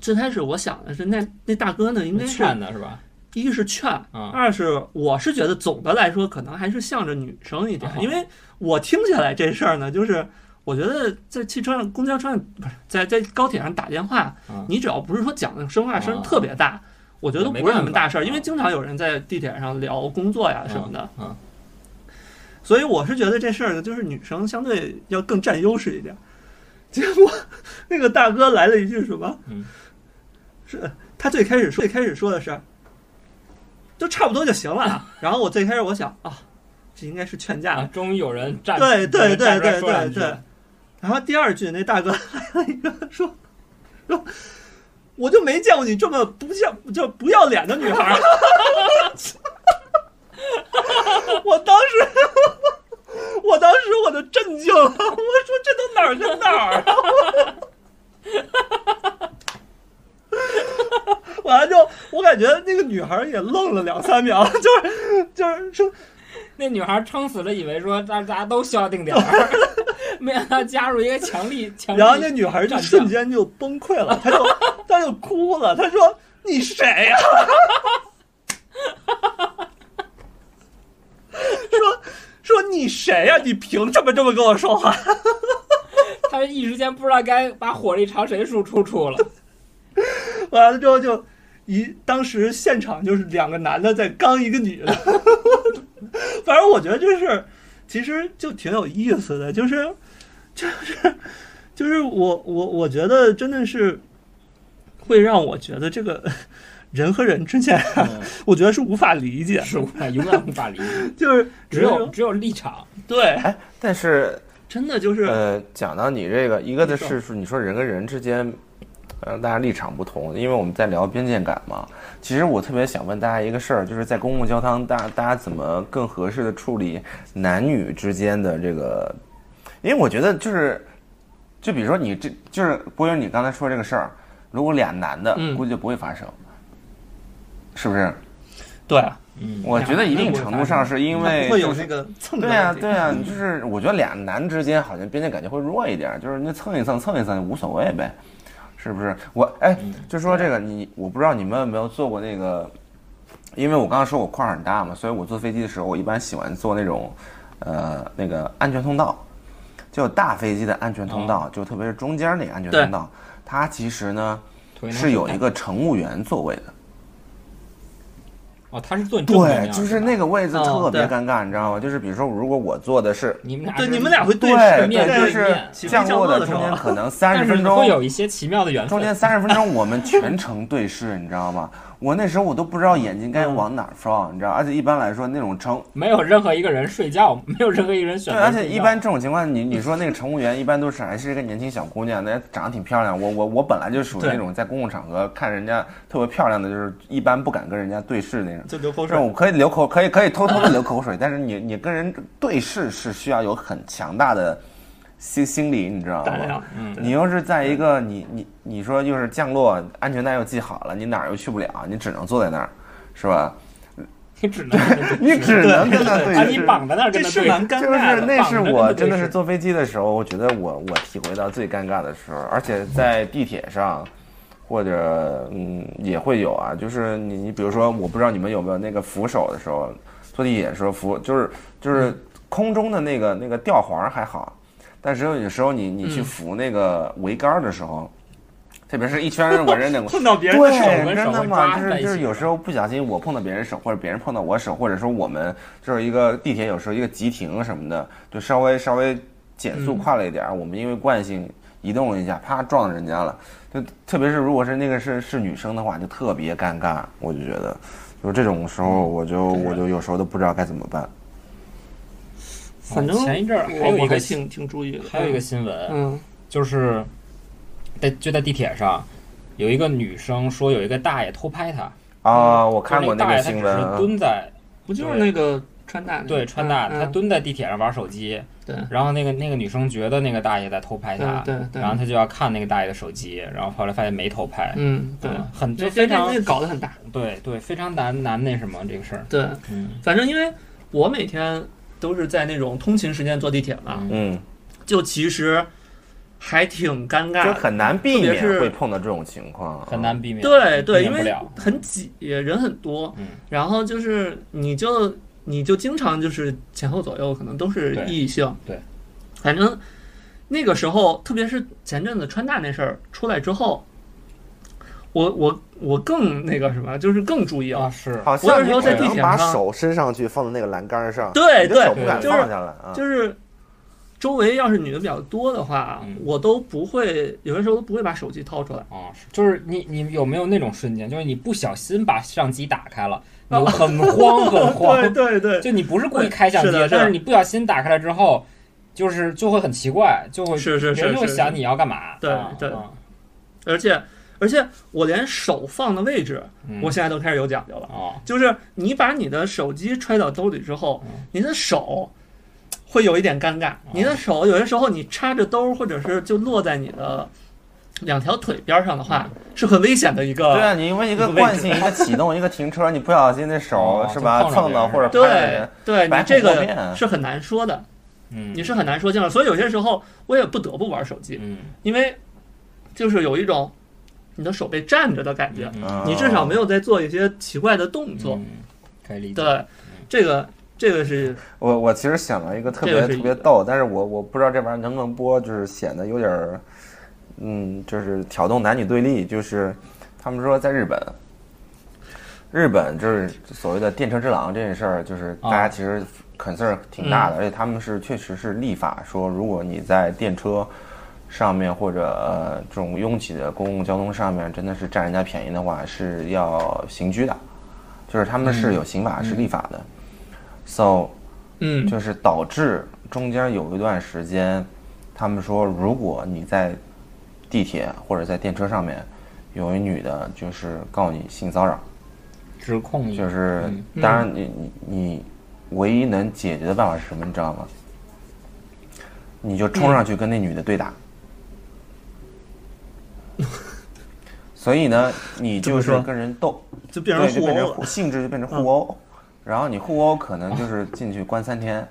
S1: 最开始我想的是，那那大哥呢，应该是
S2: 劝的是吧？
S1: 一是劝，
S2: 嗯
S1: 二是我是觉得总的来说可能还是向着女生一点，
S2: 嗯
S1: 因为我听起来这事儿呢，就是我觉得在汽车上、公交车上不是在在高铁上打电话，
S2: 嗯
S1: 你只要不是说讲的生话声
S2: 嗯
S1: 特别大，我觉得
S2: 也
S1: 都
S2: 没
S1: 不是什么
S2: 办法
S1: 大事儿，
S2: 嗯
S1: 因为经常有人在地铁上聊工作呀什么的，
S2: 嗯嗯
S1: 所以我是觉得这事儿呢，就是女生相对要更占优势一点。 结果那个大哥来了一句什么？
S2: 嗯
S1: 是他最开始说最开始说的是，就差不多就行了啊。然后我最开始我想啊，这应该是劝架
S2: 啊，
S1: 吧。
S2: 终于有人站，
S1: 对对
S2: 有人站
S1: 对对
S2: 出来说两
S1: 对
S2: 句
S1: 对。然后第二句那大哥 来了一个说说，我就没见过你这么不像就不要脸的女孩儿。 我当时，我当时我就震惊了，我说这都哪儿跟哪儿啊！ 完了就，我感觉那个女孩儿也愣了两三秒，就是就是说
S2: 那女孩撑死了，以为说大大家都消定点 儿，没想到加入一个强力强力。
S1: 然后那女孩就瞬间就崩溃了，她就她就哭了，她说：“你谁呀、 说说你谁呀、你凭什么这么跟我说话？
S2: 他一时间不知道该把火力朝谁输 出出了。
S1: 完了之后就一当时现场就是两个男的在刚一个女的，反正我觉得就是其实就挺有意思的，就是就是就是我我我觉得真的是会让我觉得这个 人和人之间啊，
S2: 嗯
S1: 我觉得是无法理解，
S2: 是无法永远无法理解，
S1: 就是
S2: 只有只有立场。
S1: 对，
S3: 哎，但是
S1: 真的就是
S3: 呃，讲到你这个，一个的
S1: 说
S3: 是说你说人跟人之间，呃，大家立场不同，因为我们在聊边界感嘛。其实我特别想问大家一个事儿，就是在公共交通，大大家怎么更合适的处理男女之间的这个？因为我觉得就是，就比如说你这就是波音，你刚才说这个事儿，如果俩男的，
S1: 嗯
S3: 估计就不会发生，是不是？
S1: 对，
S2: 嗯，
S3: 我觉得一定程度上是因为
S1: 不会有
S3: 就是
S1: 那个蹭的
S3: 对啊，
S1: 问题
S3: 对啊，就是我觉得俩男之间好像边界感觉会弱一点，就是那蹭一蹭蹭一蹭无所谓呗，是不是？我哎，就说这个你，我不知道你们有没有坐过那个，因为我刚刚说我块儿很大嘛，所以我坐飞机的时候，我一般喜欢坐那种，呃，那个安全通道，就大飞机的安全通道，就特别是中间那个安全
S1: 对
S3: 通道，它其实呢
S2: 腿能
S3: 是有
S2: 打
S3: 一个乘务员座位的。
S2: 哦，他是坐你正面
S3: 对，
S2: 呀
S3: 就是那个位置
S1: 哦
S3: 特别
S1: 对
S3: 尴尬，你知道吗？就是比如说，如果我坐的是
S2: 你们俩
S1: 对，
S2: 是
S1: 你们俩会
S3: 对
S1: 视，
S2: 面
S1: 对
S3: 就
S2: 对
S3: 是
S2: 面
S1: 起飞
S3: 降
S1: 降
S3: 落
S1: 落
S3: 的
S1: 的时
S3: 中间
S1: 候
S3: 可能三
S2: 但
S3: 十
S2: 是
S3: 分
S2: 会
S3: 钟，
S2: 有一些奇妙的缘分。
S3: 中间三十分钟我们全程对视，你知道吗？我那时候我都不知道眼睛该往哪儿放，你知道？而且一般来说那种乘，
S2: 没有任何一个人睡觉， 没有任何一个人选
S3: 对，
S2: 择
S3: 而
S2: 睡觉。
S3: 且一般这种情况，你你说那个乘务员一般都是还是一个年轻小姑娘，那长得挺漂亮。我我我本来就属于
S1: 对
S3: 那种在公共场合看人家特别漂亮的，就是一般不敢跟人家对视那种。
S1: 就流口
S3: 就是我可以流口，可以可以偷偷的流口水，但是你你跟人对视是需要有很强大的心心理，你知道吗？
S1: 胆量，
S2: 嗯，
S3: 你又是在一个你你你说又是降落，安全带又系好了，你哪儿又去不了，你只能坐在那儿，是吧？
S2: 你只能跟他对
S3: 你只能跟他
S1: 对
S3: 对
S2: 把啊你
S3: 视。
S2: 绑在那儿跟
S1: 这
S2: 他
S1: 是
S2: 对
S1: 蛮尴
S3: 就是
S1: 尬的。
S3: 那是
S2: 绑着
S3: 我
S2: 跟他
S3: 真的
S2: 对
S3: 是
S2: 视
S3: 坐飞机的时候，我觉得我我体会到最尴尬的时候，而且在地铁上，或者嗯也会有啊，就是你你比如说，我不知道你们有没有那个扶手的时候，坐地铁的时候扶就是
S1: 嗯
S3: 就是空中的那个那个吊环还好，但是有时候你你去
S1: 嗯
S3: 扶那个桅杆的时候，特别是 一圈围着那
S1: 碰到别人的手
S2: 手
S3: 对，
S2: 跟
S3: 真
S2: 手
S3: 的
S2: 会
S3: 嘛，
S2: 抓
S3: 就
S2: 在
S3: 是
S2: 一
S3: 就是
S2: 起
S3: 有时候不小心我碰到别人手，或者别人碰到我手，或者说我们就是一个地铁有时候一个急停什么的，就稍微稍微减速快了一点啊儿，我们因为惯性移动了一下，啪撞人家了。就特别是如果是那个是是女生的话，就特别尴尬，我就觉得，就这种时候我就我就有时候都不知道该怎么
S2: 嗯
S3: 办。
S1: 反正
S2: 前一阵儿还
S1: 我
S2: 有
S1: 我
S2: 一
S1: 还
S2: 个
S1: 挺挺注意的，
S2: 还有一个新闻，
S1: 嗯
S2: 就是在就在地铁上，有一个女生说有一个大爷偷拍她，
S3: 啊，我
S2: 就是
S3: 看过
S2: 那
S3: 那个
S2: 个大爷他
S3: 新
S2: 只是
S3: 闻，啊
S2: 蹲在
S1: 不就是那个川大那个
S2: 对川大，
S1: 嗯
S2: 他蹲在地铁上玩手机，
S1: 对
S2: 然后那个那个女生觉得那个大爷在偷拍她，
S1: 对对对
S2: 然后她就要看那个大爷的手机，然后后来发现没偷拍，
S1: 嗯对，
S2: 嗯很就
S1: 这
S2: 非常
S1: 那个搞得很大，
S2: 对对非常难难那什么这个事儿，
S1: 对，
S2: 嗯
S1: 反正因为我每天都是在那种通勤时间坐地铁嘛，
S2: 嗯
S3: 嗯，
S1: 就其实还挺尴尬
S3: 就
S1: 的，
S3: 很难避免
S1: 特别是
S3: 会碰到这种情况，
S2: 很难避免，
S1: 对对，
S2: 避
S1: 因
S2: 免不
S1: 为
S2: 了，
S1: 很挤，人很多，
S2: 嗯
S1: 然后就是你就你就经常就是前后左右可能都是
S2: 对
S1: 异性，
S2: 对
S1: 反正那个时候，特别是前阵子川大那事儿出来之后，我我我更那个什么，就是更注意了，
S2: 啊是，
S3: 好
S1: 我有
S3: 像
S1: 时
S3: 你
S1: 候在
S3: 只
S1: 地
S3: 能
S1: 铁
S3: 把
S1: 上
S3: 手伸上去放在那个栏杆上，
S1: 对
S3: 你的
S1: 对
S3: 手不敢
S1: 就
S3: 放
S1: 是
S3: 下来啊。
S1: 就是周围要是女的比较多的话
S2: 嗯，
S1: 我都不会，有些时候都不会把手机掏出 来。
S2: 啊，是，就是你你有没有那种瞬间，就是你不小心把相机打开了，你很慌很
S1: 啊 对
S2: 慌，
S1: 对对，
S2: 就你不是故意开相机，
S1: 是的是的
S2: 但是你不小心打开了之后，就是就会很奇怪，就会
S1: 是是是
S2: 别人就会
S1: 是
S2: 想你要干嘛，
S1: 对
S2: 啊
S1: 对
S2: 啊
S1: 而且而且我连手放的位置，
S2: 嗯
S1: 我现在都开始有讲究了，
S2: 啊，
S1: 就是你把你的手机揣到兜里之后
S2: 嗯，
S1: 你的手。会有一点尴尬，
S3: 嗯
S1: 你的手有些时候你插着兜，或者是就落在你的两条腿边上的话，是很危险的一
S3: 嗯对
S1: 个。
S3: 啊，你因为一个
S1: 一个位置
S3: 惯性、一个启动、一个停车，你不小心那手
S2: 哦
S3: 是吧
S2: 就碰
S3: 蹭到
S2: 到别人
S3: 或者拍到
S1: 对
S3: 人，
S1: 对，你
S3: 白
S1: 这
S3: 活
S1: 个
S3: 变
S1: 是很难说的，
S2: 嗯，
S1: 你是很难说清楚。所以有些时候我也不得不玩手机，
S2: 嗯
S1: 因为就是有一种你的手被占着的感觉，
S2: 嗯
S3: 嗯
S1: 你至少没有在做一些奇怪的动作。
S2: 嗯可以理解，
S1: 对，这个这个是
S3: 我我其实想了一个特别
S1: 这个是
S3: 特别逗，但是我我不知道这玩意儿能不能播，就是显得有点儿，嗯，就是挑动男女对立。就是他们说在日本，日本就是所谓的电车之狼这件事儿，就是大家
S2: 啊
S3: 其实 concern 挺大的，而且他们是确实是立法说，如果你在电车上面或者呃这种拥挤的公共交通上面真的是占人家便宜的话，是要刑拘的，就是他们是有刑法、是立法的。So
S1: 嗯，
S3: 就是导致中间有一段时间，他们说如果你在地铁或者在电车上面有一女的，就是告你性骚扰，
S2: 指控
S3: 就是
S1: 嗯
S3: 当然你你你唯一能解决的办法是什么，你知道吗？你就冲上去跟那女的对打。所 以呢，你
S1: 嗯怎么
S3: 就是
S1: 说
S3: 跟人斗，
S1: 就变成
S3: 对，就
S1: 互
S3: 变成
S1: 殴了嗯
S3: 互。性质就变成互殴，然后你互殴可能就是进去关三天，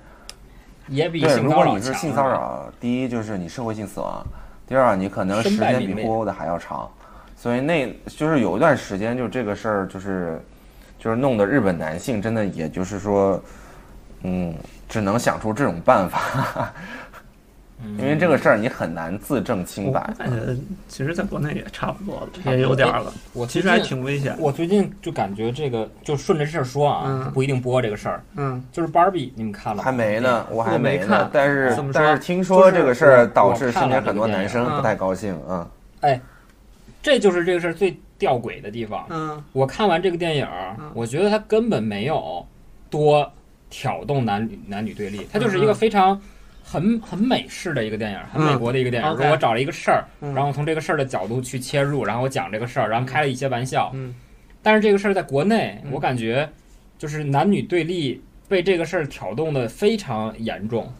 S2: 也比
S3: 对，
S2: 性
S3: 如
S2: 骚
S3: 果
S2: 扰
S3: 你是
S2: 强
S3: 性骚扰，第一就是你社会性死亡，第二你可能时
S2: 身败
S3: 间
S2: 名
S3: 比
S2: 裂
S3: 互殴的还要长，所以那就是有一段时间就这个事儿就是就是弄得日本男性真的也就是说，嗯，只能想出这种办法，
S2: 嗯
S3: 因为这个事儿你很难自证清白
S1: 我。感觉其实在国内也差不多
S2: 差不
S1: 了，
S2: 多
S1: 也有点儿了。
S2: 我
S1: 其
S2: 最
S1: 实还
S2: 近
S1: 挺危险。
S2: 我最近就感觉这个，就顺着这事儿说啊，
S1: 嗯
S2: 不一定播这个事儿，
S1: 嗯，
S2: 就是 Barbie，你们看了吗
S3: 还没呢，，我还
S1: 我没
S3: 没呢
S1: 看，
S3: 但是
S1: 怎么说
S3: 但是听说这个事
S2: 就是
S3: 儿
S2: 我
S3: 导
S2: 我
S3: 致
S2: 看
S3: 身边
S2: 了嗯
S3: 很多
S2: 这个
S3: 男
S2: 电
S3: 生
S1: 影
S3: 不太高兴啊。
S2: 这就是这个事儿最吊诡的地方。
S1: 嗯
S2: 我看完这个电影儿，
S1: 嗯
S2: 我觉得它根本没有多挑动男女男女对立，它就是一
S1: 嗯嗯
S2: 个非常很很美式的一个电影儿，很
S1: 嗯
S2: 美国的一个电影儿。
S1: OK
S2: 说我找了一个事儿，
S1: 嗯
S2: 然后我从这个事儿的角度去切入，然后我讲这个事儿，然后开了一些玩笑。
S1: 嗯
S2: 但是这个事儿在国内，
S1: 嗯
S2: 我感觉就是男女对立被这个事儿挑动的非常严重，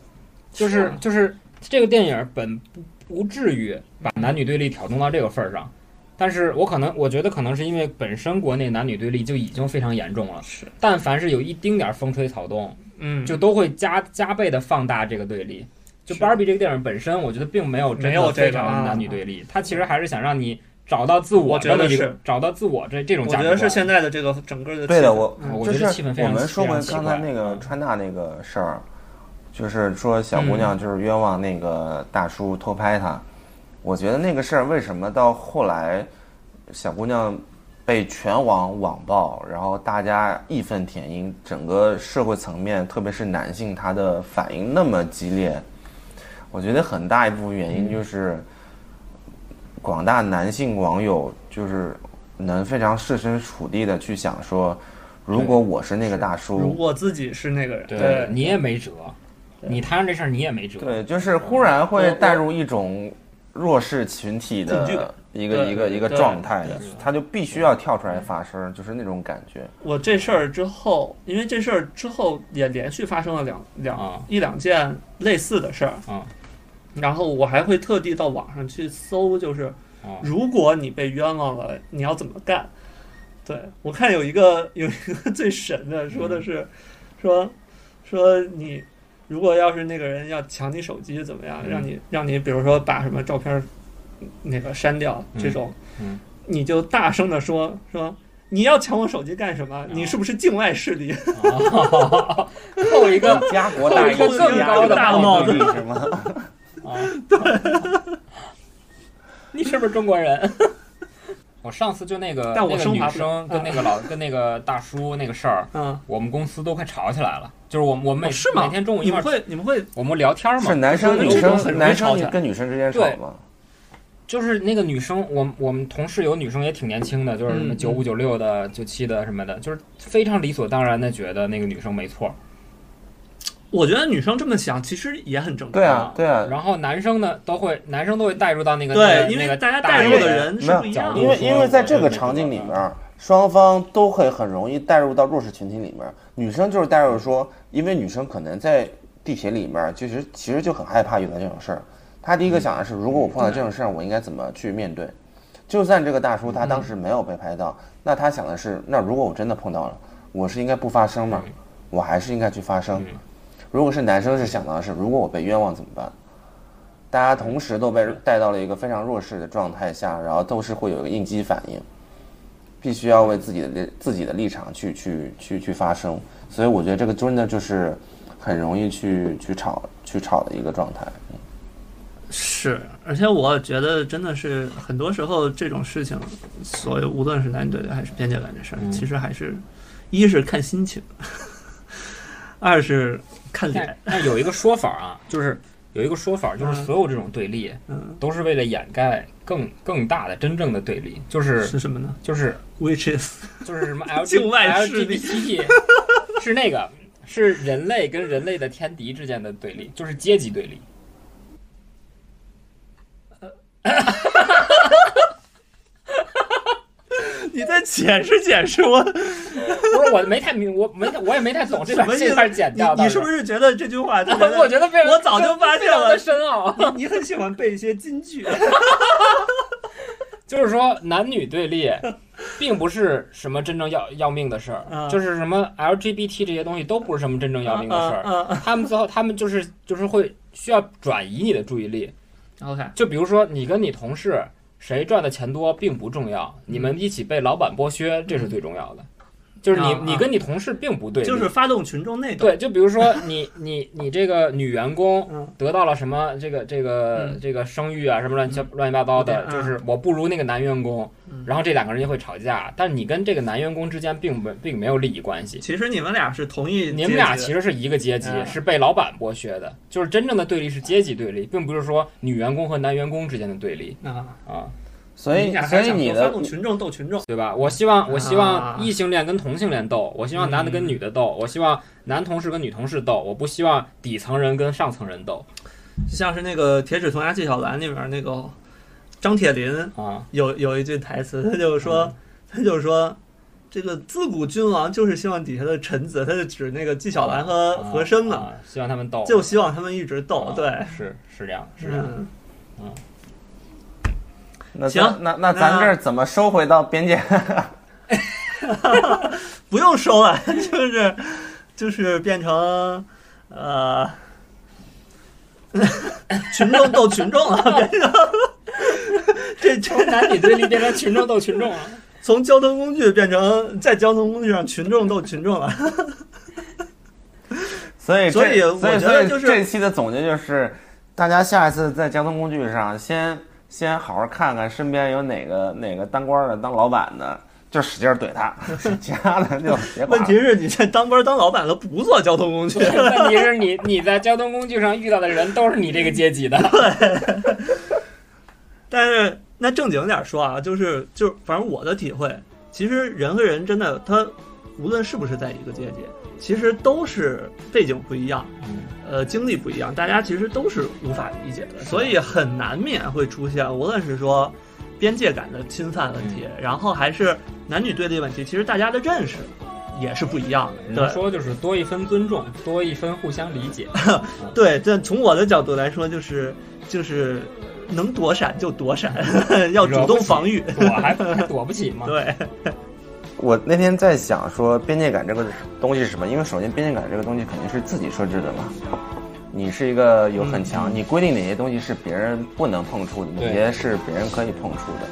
S2: 就是是
S1: 啊
S2: 就是这个电影本不不至于把男女对立挑动到这个份儿上，但是我可能我觉得可能是因为本身国内男女对立就已经非常严重了，
S1: 是
S2: 但凡是有一丁点儿风吹草动，
S1: 嗯，
S2: 就都会加加倍的放大这个对立。就是 Barbie 这个电影本身，我觉得并没有真
S1: 没有
S2: 的
S1: 这个啊
S2: 非常男女对立，它其实还是想让你找到自
S1: 我
S2: 我
S1: 觉得
S2: 这么一
S1: 是
S2: 个找到自我这这种
S1: 我
S2: 价
S1: 觉
S2: 值
S1: 得
S2: 观。
S1: 是现在的这个整个的
S3: 对
S1: 气
S3: 的，
S1: 氛
S3: 我
S1: 嗯
S2: 我
S3: 就
S2: 觉得
S3: 是
S2: 气氛非
S3: 我
S2: 常
S3: 们
S2: 奇
S3: 说回
S2: 非常奇
S3: 刚才
S2: 怪
S3: 那个
S2: 嗯
S3: 川大那个事儿，就是说小姑
S2: 嗯
S3: 娘就是冤枉那个大叔偷拍她。我觉得那个事儿为什么到后来小姑娘被全网网暴，然后大家义愤填膺，整个社会层面，特别是男性，他的反应那么激烈，我觉得很大一部分原
S1: 嗯
S3: 因就是。广大男性网友就是能非常设身处地的去想说，如果我是那个大
S1: 如
S3: 叔，
S1: 果自己是那个人，
S2: 对你也没辙，你摊上这事儿你也没辙。
S3: 对，就是忽然会
S1: 我
S3: 带入一种弱势群体
S1: 恐惧感
S3: 的一个
S1: 对
S3: 一个一个
S1: 对
S3: 状态的
S2: 对，
S3: 他就必须要跳出来发声，就是那种感觉。
S1: 我这事儿之后，因为这事儿之后也连续发生了两两、
S2: 啊
S1: 一两件类似的事儿，
S2: 啊
S1: 然后我还会特地到网上去搜，就是
S2: 啊
S1: 如果你被冤枉了，你要怎么干？对我看有一个 有一个最神的，说的是、说说你如果要是那个人要抢你手机怎么样，
S2: 嗯
S1: 让你让你比如说把什么照片儿那个删掉这种，
S2: 嗯嗯
S1: 你就大声的说说。你要抢我手机干什么？你是不是境外势力？
S2: 啊！扣一个
S3: 家国 大义，
S2: 更高的
S3: 家国
S1: 帽子
S3: 义是吗？
S2: 啊！
S1: 啊
S2: 你是不是中国人？ 我上次就那个
S1: 但我
S2: 那个
S1: 升
S2: 女
S1: 华不了
S2: 生跟那个老跟那个大叔那个事儿，
S1: 嗯，
S2: 我们公司都快吵起来了。就是我们我们每、
S1: 哦是吗
S2: 每天中午一
S1: 你
S2: 块
S1: 们
S2: 儿
S1: 会你们会
S2: 我们聊天儿 嘛，
S3: 是男生
S2: 就
S3: 女
S2: 有时候
S1: 中
S2: 很容
S3: 生
S2: 易
S3: 男
S2: 吵
S3: 生
S2: 起来
S3: 跟女生之间吵
S2: 对
S3: 吗？
S2: 就是那个女生，我们我们同事有女生也挺年轻的，就是什么
S1: 嗯
S2: 九五九六的、九七的什么的，就是非常理所当然的觉得那个女生没错。
S1: 我觉得女生这么想其实也很正常。
S3: 对啊，对啊，
S2: 然后男生呢，都会男生都会带入到那个那个
S1: 对，因
S2: 那
S1: 为
S2: 个
S1: 大家
S2: 大
S1: 带入
S2: 人
S1: 的人是不一样
S2: 没
S1: 的
S2: 有
S3: 因。为因为在这个场景里面儿，双方都会很容易带入到弱势群体里面儿。女生就是带入说，因为女生可能在地铁里面儿，其实其实就很害怕遇到这种事儿。她第一个想的是，如果我碰到这种事儿，我应该怎么去面对？就算这个大叔他当时没有被拍到，那他想的是，那如果我真的碰到了，我是应该不发声吗？我还是应该去发声？如果是男生是想到的是，如果我被冤枉怎么办？大家同时都被带到了一个非常弱势的状态下，然后都是会有一个应激反应。必须要为自己的立自己的立场去去去去发声。所以我觉得这个真的就是很容易去去吵去吵的一个状态。嗯
S1: 是，而且我觉得真的是很多时候这种事情，所以无论是男女对立还是边界感这事儿，
S2: 嗯
S1: 其实还是一是看心情，二是看
S2: 但
S1: 脸，
S2: 但有一个说法啊，就是有一个说法，就是
S1: 嗯
S2: 所有这种对立
S1: 嗯，
S2: 都是为了掩盖更更大的真正的对立，就是
S1: 是什么呢
S2: 就是
S1: ？Which is
S2: 就是什么
S1: 境
S2: L
S1: 外
S2: L
S1: 势
S2: G
S1: 力
S2: B T，是那个是人类跟人类的天敌之间的对立，就是阶级对立。
S1: 你再解释解释我，
S2: 不是我没太明，我没太我也没太懂这
S1: 什
S2: 段
S1: 么意
S2: 这
S1: 思
S2: 段剪？掉。
S1: 你你是不是觉得这句 话特
S2: 当
S1: 别
S2: 时？
S1: 的？
S2: 我觉得非常，
S1: 我早就发现
S2: 非常
S1: 了
S2: 的深奥。
S1: 你很喜欢背一些金 句，
S2: 就是说男女 对立，并不是什么真正要要命的事儿，
S1: 嗯
S2: 就是什么 LGBT 这些东西都不是什么真正要命的 事儿。
S1: 嗯嗯
S2: 他们最后，他们就是就是会需要转移你的注意力。
S1: 嗯 OK，
S2: 就比如说，你跟你同事谁赚的钱多并不重要，你们一起被老板剥削，这是最重要的。就是你
S1: 嗯嗯
S2: 你跟你同事并不对立，
S1: 就是发动群众内斗。
S2: 对。就比如说你 你你这个女员工，
S1: 嗯，
S2: 得到了什么这个这个
S1: 嗯
S2: 这个生育啊什么乱七乱七八糟的，
S1: 嗯
S2: 就是我不如那个男员工
S1: 嗯，
S2: 然后这两个人就会吵架。但你跟这个男员工之间并不并没有利益关系，
S1: 其实你们俩是同一阶级的，
S2: 你们俩其实是一个阶级，
S1: 嗯
S2: 是被老板剥削的。就是真正的对立是阶级对立，并不是说女员工和男员工之间的对立
S1: 啊，
S2: 啊，
S3: 所以
S1: 你俩，
S3: 所
S1: 还是
S3: 以
S1: 想
S3: 你
S1: 说
S3: 的
S1: 发动群众斗群众，
S2: 对吧？我希望我希
S1: 啊
S2: 望异性恋跟同性恋斗，我希望男的跟
S1: 嗯
S2: 女的斗，我希望男同事跟女同事斗，我不希望底层人跟上层人斗
S1: 就像是那个《铁齿铜牙纪晓岚》里面那个张铁林
S2: 啊。
S1: 有有一句台词，他就
S2: 嗯
S1: 说，他就说。这个自古君王就是希望底下的臣子，他就指那个纪晓岚和
S2: 啊
S1: 和珅嘛，
S2: 啊，希望他们斗，
S1: 就希望他们一直斗
S2: 啊。
S1: 对，
S2: 是是这样，是啊这样。
S1: 嗯，
S3: 那
S1: 行
S3: 咱那那咱
S1: 那
S3: 这儿怎么收回到边界？
S1: 不用说了， 就是就是变成呃 群众斗群众了，变成 这这
S2: 从男女对立变成群众斗群众啊 了。
S1: 从交通工具变成在交通工具上群众斗群众了。
S3: 所以这
S1: 所以我
S3: 所以
S1: 觉
S3: 所
S1: 得
S3: 以
S1: 就是
S3: 这期的总结就是，大家下一次在交通工具上先先好好看看身边有哪个哪个当官的、当老板的，就使劲儿怼他， 其他的就别管
S1: 问
S3: 了。
S1: 题是你这当官当老板的不做交通工具，
S2: 问题是你你在交通工具上遇到的人都是你这个阶级的，
S1: 但是那正经点说啊，就是就是，反正我的体会，其实人和人真的，他无论是不是在一个阶级，其实都是背景不一样，呃，经历不一样，大家其实都是无法理解的，所以很难免会出现，无论是说边界感的侵犯问题，然后还是男女对立问题，其实大家的认识也是不一样的。
S2: 怎么
S1: 对，
S2: 说就是多一分尊重，多一分互相理解。
S1: 对，这从我的角度来说，就是就是呃能躲闪就躲闪， 要哦主动防御。
S2: 我还还躲不起吗？
S1: 对，
S3: 我那天在想说边界感这个东西是什么？因为首先边界感这个东西肯定是自己设置的嘛。你是一个有很强，你规定哪些东西是别人不能碰触的，哪
S2: 对
S3: 些是别人可以碰触的。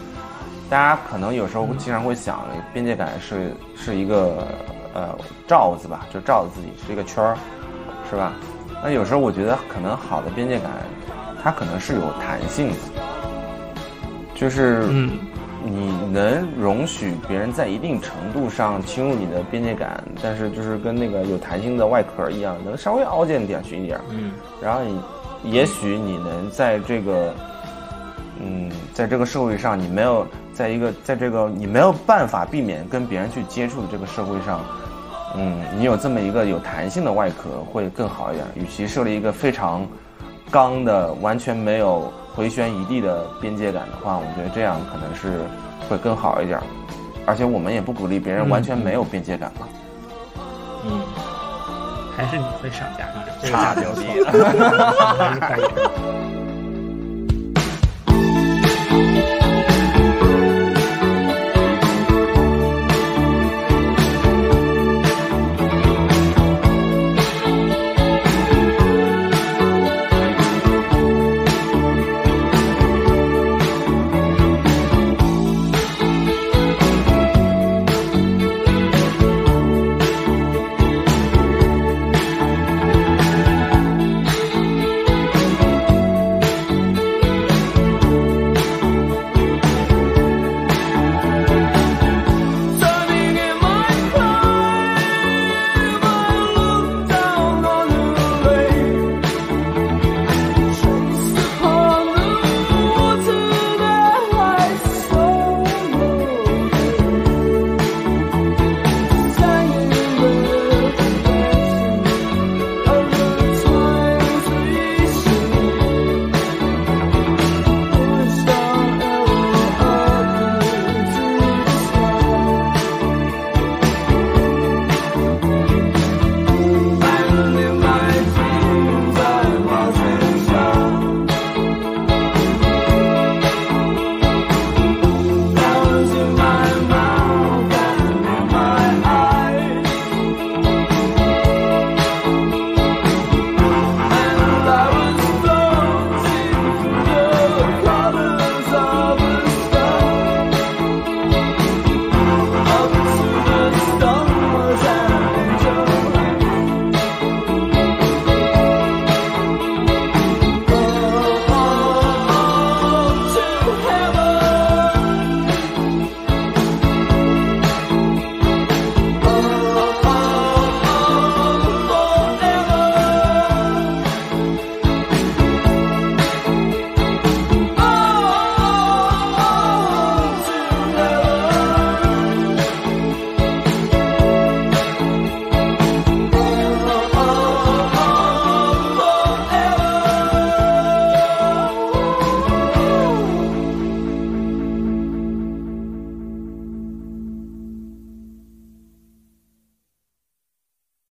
S3: 大家可能有时候会经常会想，哎边界感是是一个呃罩子吧，就罩着自己是一个圈儿，是吧？那有时候我觉得可能好的边界感，它可能是有弹性的，就是
S1: 嗯，
S3: 你能容许别人在一定程度上侵入你的边界感，但是就是跟那个有弹性的外壳一样，能稍微凹进点去一点儿，
S2: 嗯，
S3: 然后你也许你能在这个，嗯，在这个社会上，你没有在一个在这个你没有办法避免跟别人去接触的这个社会上，嗯，你有这么一个有弹性的外壳会更好一点。与其设立一个非常刚的、完全没有回旋余地的边界感的话，我觉得这样可能是会更好一点。而且我们也不鼓励别人完全没有边界感嘛。
S2: 嗯，
S1: 还是你会上家。
S2: 这个
S3: 牛逼！
S2: 可以可以。